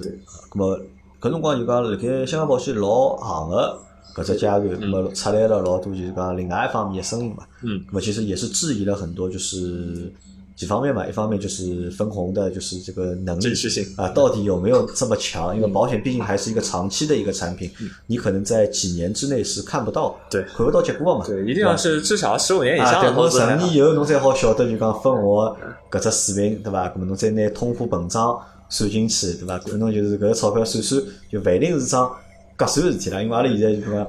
咁么搿辰光就讲，辣盖香港保险老行个搿只阶段，咁么出来了老多就是讲另外一方面的声音嘛。嗯咁么其实也是质疑了很多，就是几方面嘛。一方面就是分红的，就是这个能力真实性啊，到底有没有这么强？因为保险毕竟还是一个长期的一个产品，你可能在几年之内是看不到、嗯对看不到结果的嘛。对，一定要吧是至少十五年以啊，上对，的侬投资才好。十年以后侬才好晓得就讲分红搿只水平，对伐？咾么侬再拿通货膨胀算进去，对伐？搿侬就是搿个钞票算算，就勿一定是桩合算的事体啦。因为阿拉现在就讲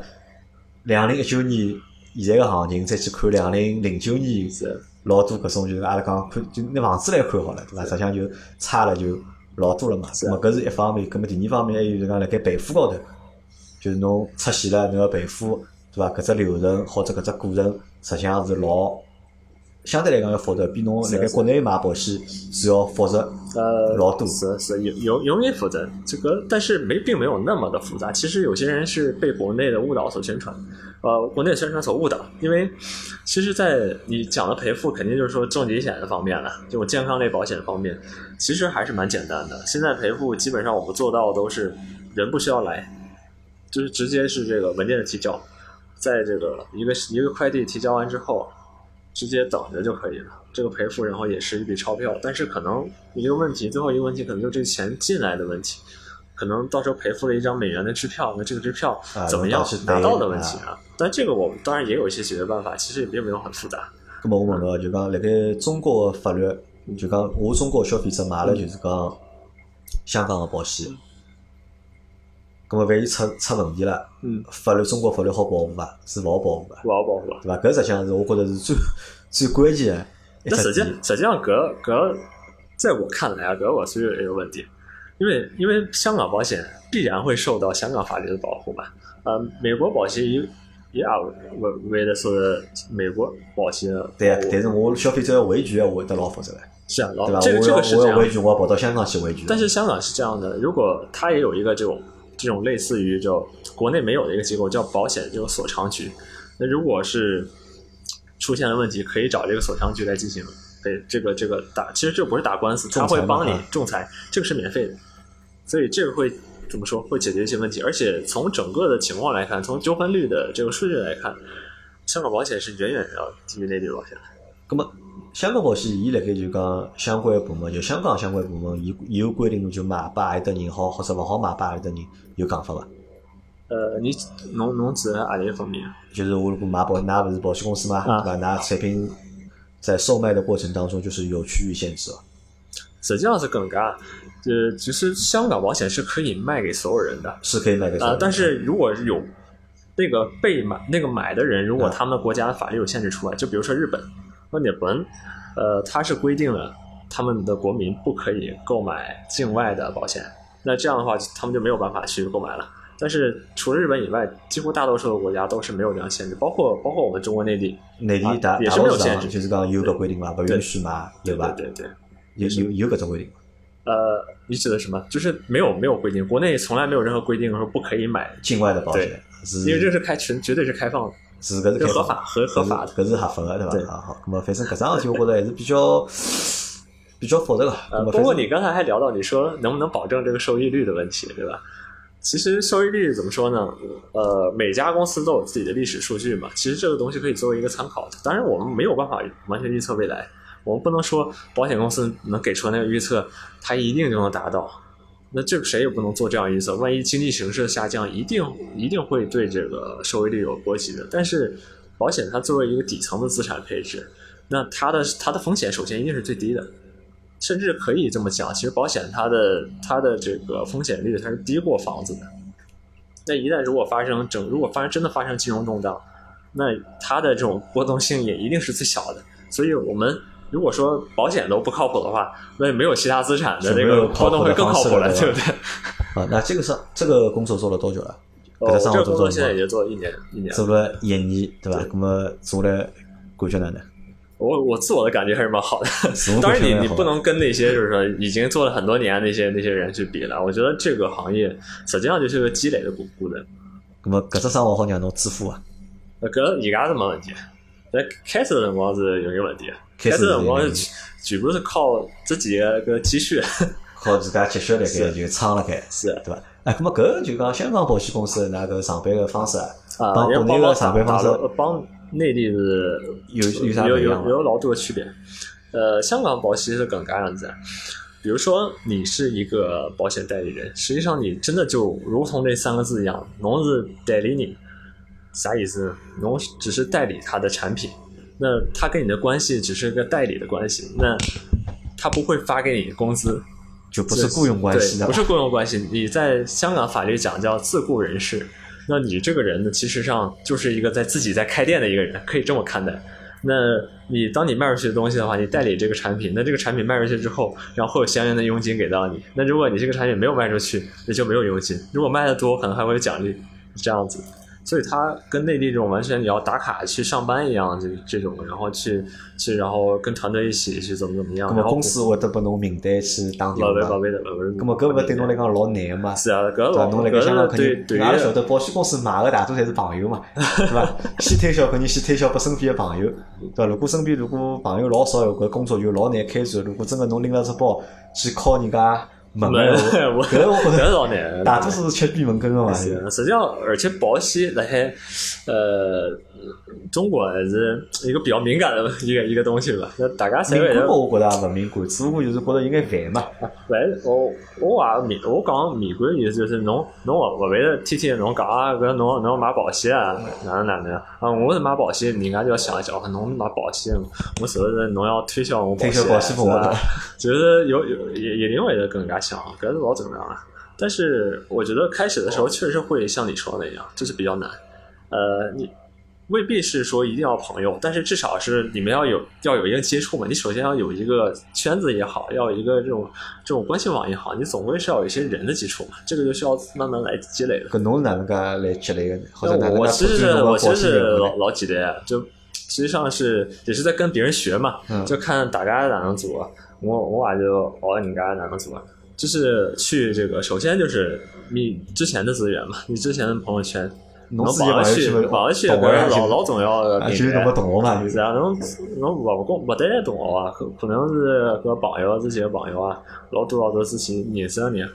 两零一九年现在个行情，再去看两零零九年是老多搿种就是阿拉讲看就拿房子来看好了，对伐？实际上就差了就老多了嘛。是咾么搿是一方面，搿么第二方面还有就是讲辣盖赔付高头，就是侬出险了，侬要赔付，对伐？搿只流程或者搿只过程，实际上是老相对来讲要复杂，比侬辣盖国内买保险是要复杂。啊呃，老堵是是有有有点复杂，这个但是没并没有那么的复杂。其实有些人是被国内的误导所宣传，呃，国内的宣传所误导，因为其实，在你讲的赔付，肯定就是说重疾险的方面了，这种健康类保险方面，其实还是蛮简单的。现在赔付基本上我们做到都是人不需要来，就是直接是这个文件的提交，在这个一个一个快递提交完之后，直接等着就可以了。这个赔付，然后也是一笔钞票，但是可能一个问题，最后一个问题可能就这钱进来的问题，可能到时候赔付了一张美元的支票，那这个支票啊怎么样我倒是拿到得的问题啊？但这个我们当然也有一些解决办法，其实也并没有很复杂。咁么我问侬，就讲辣盖中国个法律，就讲我中国消费者买了嗯就是讲香港个保险，咁么万一出出问题了，嗯，法律中国法律好保护伐？是勿好保护伐？不好保护。对伐？搿实际上是我觉着是最最关键的一那只实际点实际上，格格在我看来啊，格我是有一个问题，因为因为香港保险必然会受到香港法律的保护嘛。呃，美国保险也也啊为为的是美国保险的保护，对啊，但是我消费者要维权，我会得老复杂个，是啊，对伐老？这个我这要个是我这要样维权，我要跑到香港去维权。但是香港是这样的，如果它也有一个这种这种类似于就国内没有的一个机构叫保险这个所长局，那如果是出现了问题，可以找这个所长局来进行对这个这个打，其实这不是打官司，仲他裁会嘛帮你啊仲裁，这个是免费的，所以这个会怎么说会解决一些问题，而且从整个的情况来看，从纠纷率的这个数据来看，香港保险是远远要低于内地保险的。咁么香港保险伊辣盖就讲相关部门，就香港相关部门，伊伊有规定侬就买拨何里搭人好，或者勿好买拨何里搭人，有讲法伐？呃，你侬侬指啊哪一方面？就是我如果买保，那勿是保险公司嘛，啊对伐？那产品在售卖的过程当中，就是有区域限制哦。实际上是更尬。呃，其实香港保险是可以卖给所有人的啊、是可以卖给所有人但是如果有那个被买那个买的人，如果他们国家的法律有限制出来，就比如说日本，那日本，呃，它是规定了他们的国民不可以购买境外的保险，那这样的话，他们就没有办法去购买了。但是除了日本以外，几乎大多数的国家都是没有这样限制，包括包括我们中国内地，内地啊大也大是没有陆市限场制就是讲有搿规定嘛，勿允许买，对伐？对对，有有有搿只规定嘛。呃，你指的什么？就是没有没有规定，国内从来没有任何规定说不可以买，境外的保险对是因为这是开纯绝对是开放的，是搿是这开合放法合合法的。搿是合法的，对对伐？啊，好，那么反正搿桩事体，我觉着还是比较比较复杂个。那呃，么包反括正你刚才还聊到你说能不能保证这个收益率的问题，对吧？其实收益率怎么说呢？呃，每家公司都有自己的历史数据嘛。其实这个东西可以作为一个参考的。当然，我们没有办法完全预测未来，我们不能说保险公司能给出那个预测，它一定就能达到。那这个谁也不能做这样预测。万一经济形势的下降，一定一定会对这个收益率有波及的。但是，保险它作为一个底层的资产配置，那它的它的风险首先一定是最低的。甚至可以这么讲，其实保险它的它的这个风险率它是低过房子的。那一旦如果发生整，如果发生真的发生金融动荡，那它的这种波动性也一定是最小的。所以我们如果说保险都不靠谱的话，那没有其他资产的就没这有个靠波谱动的会更靠谱了，方式对了不对？啊，那这个上这个工作做了多久了？哦给他我上这好多个工作种现在吧也就做一年一年了。做了一年，对伐对？那么做了感觉哪 能？我我自我的感觉还是蛮好的自我。当感然觉你，蛮你好不能跟那些就是说已经做了很多年那些那些人去比了。我觉得这个行业实际上就是个积累的巩固的。那么搿只生活好让侬致富啊？那搿是家是没问题，但开始的辰光是有一个问题，开开始始是有的一个辰问光题是全部是靠自己的个积蓄， 靠自家积蓄辣盖是就撑辣盖，是对伐？哎，那么搿就讲香港保险公司㑚搿上班个方式啊，啊，帮人家国内帮的上班方式打呃帮内地是有有啥有不一有样吗有老多区别。呃，香港保险是更加样子，比如说你是一个保险代理人，实际上你真的就如同这三个字一样，侬是代理人，啥意思呢？侬只是代理他的产品，那他跟你的关系只是个代理的关系，那他不会发给你工资，就不是雇佣关系对的不伐，是雇佣关系。你在香港法律讲叫自雇人士，那你这个人呢，其实上就是一个在自己在开店的一个人，可以这么看待。那你当你卖出去的东西的话，你代理这个产品，那这个产品卖出去之后，然后会有相应的佣金给到你。那如果你这个产品没有卖出去，那就没有佣金；如果卖的多，可能还会有奖励，是这样子。所以它跟内地这种完全你要打卡去上班一样，这这种，然后去去，然后跟团队一起去怎么怎么样，那么然后公司会得拨侬名单去打电老板话老嘛？板的老板。那么搿勿对侬来讲老难个嘛？是啊，搿对吧？老侬辣盖香港搿肯对定，对阿拉于晓得保险公司买个大多侪是朋 友嘛，对伐？先推销肯定先推销拨身边个朋友，对伐？如果身边如果朋友老少，搿工作就老难开展。如果真个侬拎了只包去敲人家门没个话， 我搿我觉搿着老难。大多数是吃闭门羹个嘛。是啊实际上，而且保险辣海呃中国还是一个比较敏感的 一个一个东西吧。那大家敏侪会感得嘛，我觉着也勿敏感，只不过就是觉着有眼烦嘛。反正我我也米，我讲米规意思就是侬侬勿勿会得天天侬讲啊，搿侬侬买保险啊，哪能哪能啊？我是买保险，人家就要想一想，啊侬是买保险，我是不是侬要推销我保推险？销保险拨是我吧的，就是有有也也另外的更加想，搿是老正常了。但是我觉得开始的时候确实会像你说的那样，就是比较难。呃，你未必是说一定要朋友，但是至少是你们要有要有一个接触嘛。你首先要有一个圈子也好，要有一个这种这种关系网也好，你总归是要有一些人的基础嘛。这个就需要慢慢来积累的。搿侬是哪能介来积累个呢？或者哪那能我介我其实发展是侬我个其保实险是业务呢老老几的，就实际上是也是在跟别人学嘛，嗯就看大家哪能做，我我也就学人家哪能做，就是去这个，首先就是你之前的资源嘛，你之前的朋友圈，侬能自己绑得朋友圈去勿是绑得去，懂个呀搿就是老老重要的啊就品是牌侬个同学嘛，就是是啊，侬侬勿光勿单单同学啊，可可能是搿朋友之前的朋友啊，老多老多之前认识的人，啊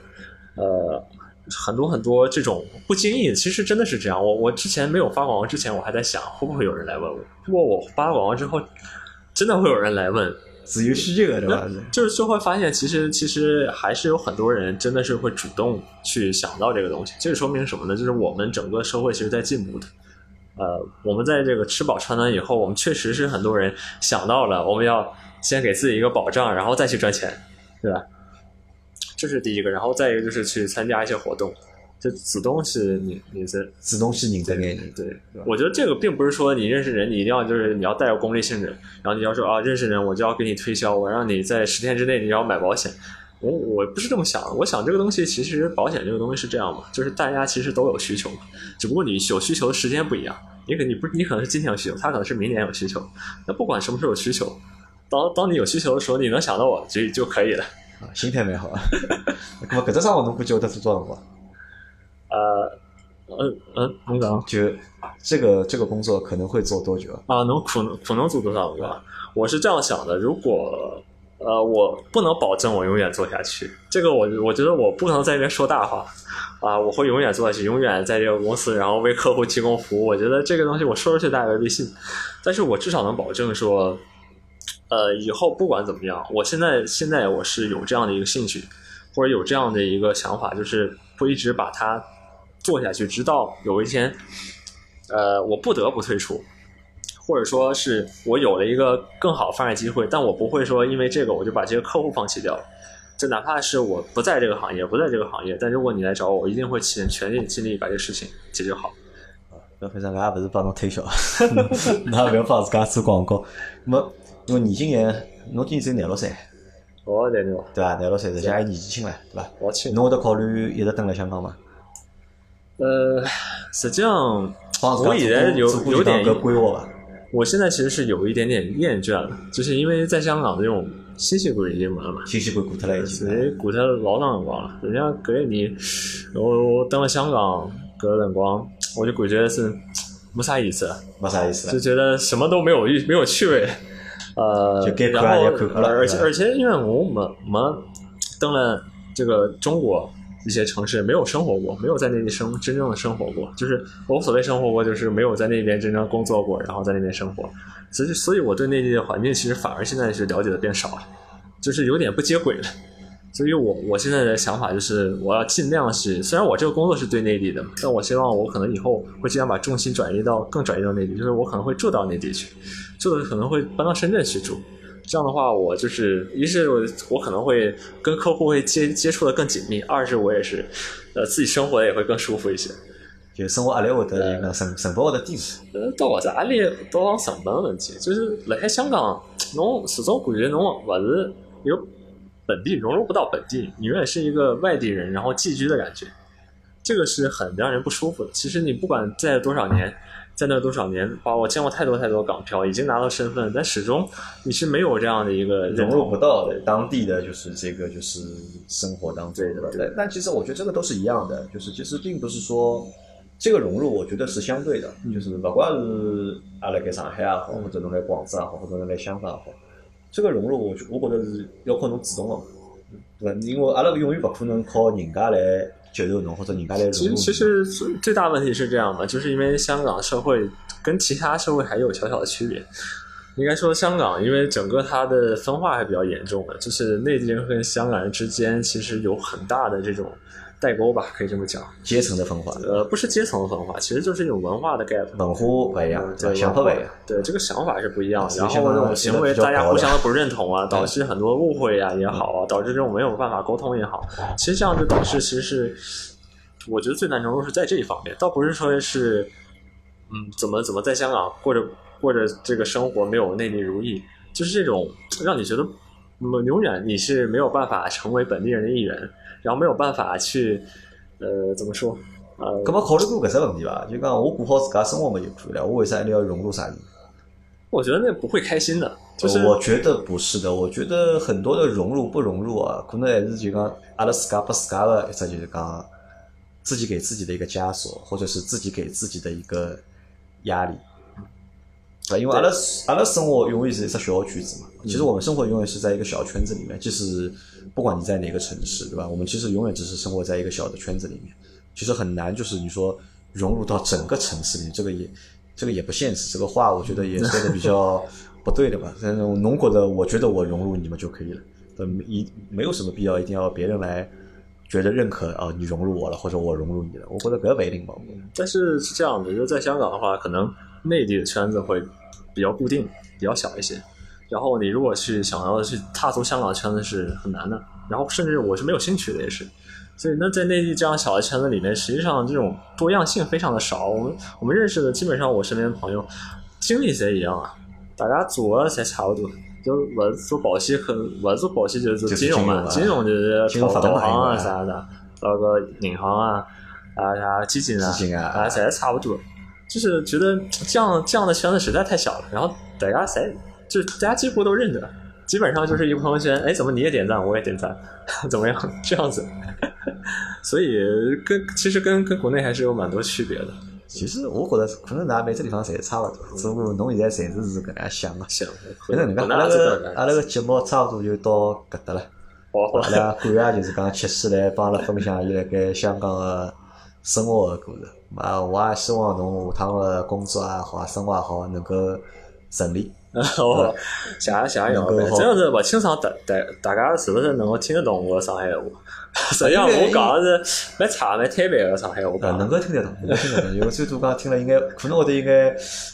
呃，很多很多这种不经意，其实真的是这样。我我之前没有发广告之前，我还在想会不会有人来问我，不过我发广告之后，真的会有人来问，自由需求个对伐？ 是就是就会发现，其实其实还是有很多人真的是会主动去想到这个东西。这个说明什么呢？就是我们整个社会其实在进步的。呃，我们在这个吃饱穿暖以后，我们确实是很多人想到了，我们要先给自己一个保障，然后再去赚钱，对吧？这是第一个，然后再一个就是去参加一些活动，这主动是你你在主动去认得眼人。对，我觉得这个并不是说你认识人，你一定要就是你要带有功利性质，然后你要说啊认识人我就要给你推销，我让你在十天之内你要买保险。我我不是这么想的，我想这个东西其实保险这个东西是这样嘛，就是大家其实都有需求嘛，只不过你有需求的时间不一样，你可你不你可能是今天有需求，他可能是明年有需求，那不管什么时候有需求，当当你有需求的时候，你能想到我就就可以了。啊，心态蛮好 啊。那么搿只生活侬估计会得做多少辰光？呃，呃呃，侬讲就这个这个工作可能会做多久啊？啊，能可能可能做多少个？我是这样想的，如果呃，我不能保证我永远做下去，这个我我觉得我不能在这边说大话啊，我会永远做下去，永远在这个公司，然后为客户提供服务。我觉得这个东西我说出去大家未必信，但是我至少能保证说，呃，以后不管怎么样，我现在现在我是有这样的一个兴趣，或者有这样的一个想法，就是会一直把它做下去，直到有一天，呃，我不得不退出，或者说是我有了一个更好发展机会，但我不会说因为这个我就把这个客户放弃掉。就哪怕是我不在这个行业，不在这个行业，但如果你来找我，我一定会尽全力尽力把这个事情解决好。搿反正俺也勿是帮侬推销， 㑚勿要帮自家做广告。没，因为你今年侬今年只有廿六岁，哦，对对，对伐？廿六岁，实际上还年纪轻唻，对伐？我去。侬会得考虑一直蹲辣香港吗？呃，实际上帮自家我现在有做做有点做搿规划伐？我现在其实是有一点点厌倦了，就是因为在香港这种新西鬼已经没了嘛。信息管过脱了已经。谁鼓他老长辰光了，人家搿一年，我我登了香港搿辰光，我就感觉是没啥意思了，没啥意思就了。觉得什么都没有意没有趣味。呃，就该然看也后看看了呃而且对吧而且因为我没没登了这个中国一些城市，没有生活过，没有在那里生真正的生活过，就是我所谓生活过，就是没有在那边真正工作过，然后在那边生活，所以所以我对内地的环境其实反而现在是了解的变少了，就是有点不接轨了。所以我我现在的想法就是，我要尽量是，虽然我这个工作是对内地的嘛，但我希望我可能以后会尽量把重心转移到更转移到内地，就是我可能会住到内地去，住的可能会搬到深圳去住。这样的话，我就是一是我我可能会跟客户会接接触的更紧密，二是我也是，呃，自己生活的也会更舒服一些。就生活压力啊会得就讲成成本会得低嘛。呃，倒勿是压力倒讲成本问题，就是辣海香港，侬始终感觉侬勿是一个本地融入不到本地，你永远是一个外地人，然后寄居的感觉，这个是很让人不舒服的。其实你不管在多少年，在那多少年，哇，我见过太多太多港漂已经拿到身份，但始终你是没有这样的一个认融同入不到当地的就是这个就是生活当中，对吧？对但但其实我觉得这个都是一样的，就是其实并不是说这个融入，我觉得是相对的，嗯就是不管是阿拉盖上海也好，或者侬来广州也好，或者侬来香港也好，这个融入我觉我觉得是要靠侬主动的嘛，嗯对吧？因为阿拉永远不可能靠人家来接受侬，或者人家来融其入实侬。其实最最大问题是这样的，就是因为香港社会跟其他社会还有小小的区别。应该说，香港因为整个它的分化还比较严重的，就是内地人跟香港人之间其实有很大的这种代沟吧，可以这么讲。阶层的分化，呃，不是阶层的分化，其实就是一种文化的 gap。文化不一样，呃对吧想法不一样。对这个想法是不一样的，所以然后这种行为现在大比较家薄互的相的不认 同啊，导致很多误会啊也好嗯啊，导致这种没有办法沟通也好，其实这样就导致其实是，我觉得最难融入是在这一方面，倒不是说是，嗯，怎么怎么在香港过着过着这个生活没有内地如意，就是这种让你觉得，嗯，永远你是没有办法成为本地人的一员，然后没有办法去，呃，怎么说，呃，咁么啊考虑过搿只问题伐？就讲我过好自家生活么就可以啊了，我为啥一定要融入啥人？我觉得那不会开心的，就是呃我觉得不是的，我觉得很多的融入不融入啊，可能还是就讲阿拉自家拨自家的一只就是讲自己给自己的一个枷锁，或者是自己给自己的一个压力。对，因为阿拉阿拉生活永远是一只小圈子嘛。其实我们生活永远是在一个小圈子里面，即使不管你在哪个城市，对吧？我们其实永远只是生活在一个小的圈子里面，其实很难就是你说融入到整个城市里，这个也这个也不现实。这个话我觉得也说的比较不对的吧。但是侬觉得，我觉得我融入你们就可以了，对，一没有什么必要一定要别人来觉得认可啊，你融入我了，或者我融入你了。我觉得搿不一定吧。我觉得但是是这样的，就是在香港的话，可能内地的圈子会比较固定，比较小一些。然后你如果去想要去踏足香港的圈子是很难的，然后甚至我是没有兴趣的，也是。所以那在内地这样小的圈子里面，实际上这种多样性非常的少。我们我们认识的基本上我身边的朋友经历侪一样啊，大家做的侪差不多。就勿是做保险，可勿是做保险就是做就是金融嘛，金金融融啊就是金融投发展投嘛行啊应该啥的，包括银行啊啊啥基金啊基金啊啊侪差不多。就是觉得这样这样的圈子实在太小了，然后大家谁就是大家几乎都认得，基本上就是一个朋友圈，哎，怎么你也点赞，我也点赞， 怎么样这样子？所以跟其实跟跟国内还是有蛮多区别的。其实我觉着可能㑚每只地方侪差勿多，只不过侬现在侪是是搿能样想个。行，反正人家可阿能拉阿个啊阿拉拉个节目差勿多就到搿搭了。好，阿拉感谢就是讲七师来帮阿拉分享伊辣盖香港个生活个故事。啊，我也希望侬下趟个工作也好啊，生活也好，能够顺利。 我啊谢谢谢谢能够好这样子勿清爽，大大大家是勿是能够听得懂我上海话？ 实哎际上我讲的是蛮差蛮坦白个上海话呃，能讲。够听得懂，能够听得懂。有最多讲听了应该可能会得应该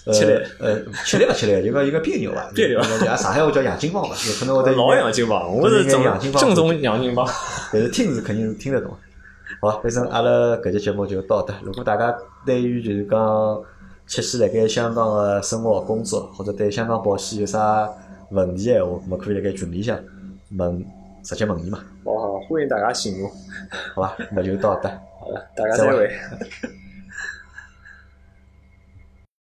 呃吃力呃吃力勿吃力，就讲应该别扭伐？别扭就讲上海话叫洋金帮伐？有可能会得老应该洋金帮，我是正洋金帮正宗洋金帮。但是听是肯定是听得懂。好，反正阿拉搿节节目就到这。如果大家对于就是讲，七夕辣盖香港个生活、工作，或者对香港保险有啥问题闲话，咁么可以辣盖群里向问，直接问伊嘛，好好，欢迎大家醒目。好吧？那就到这。好了，大家再再会会。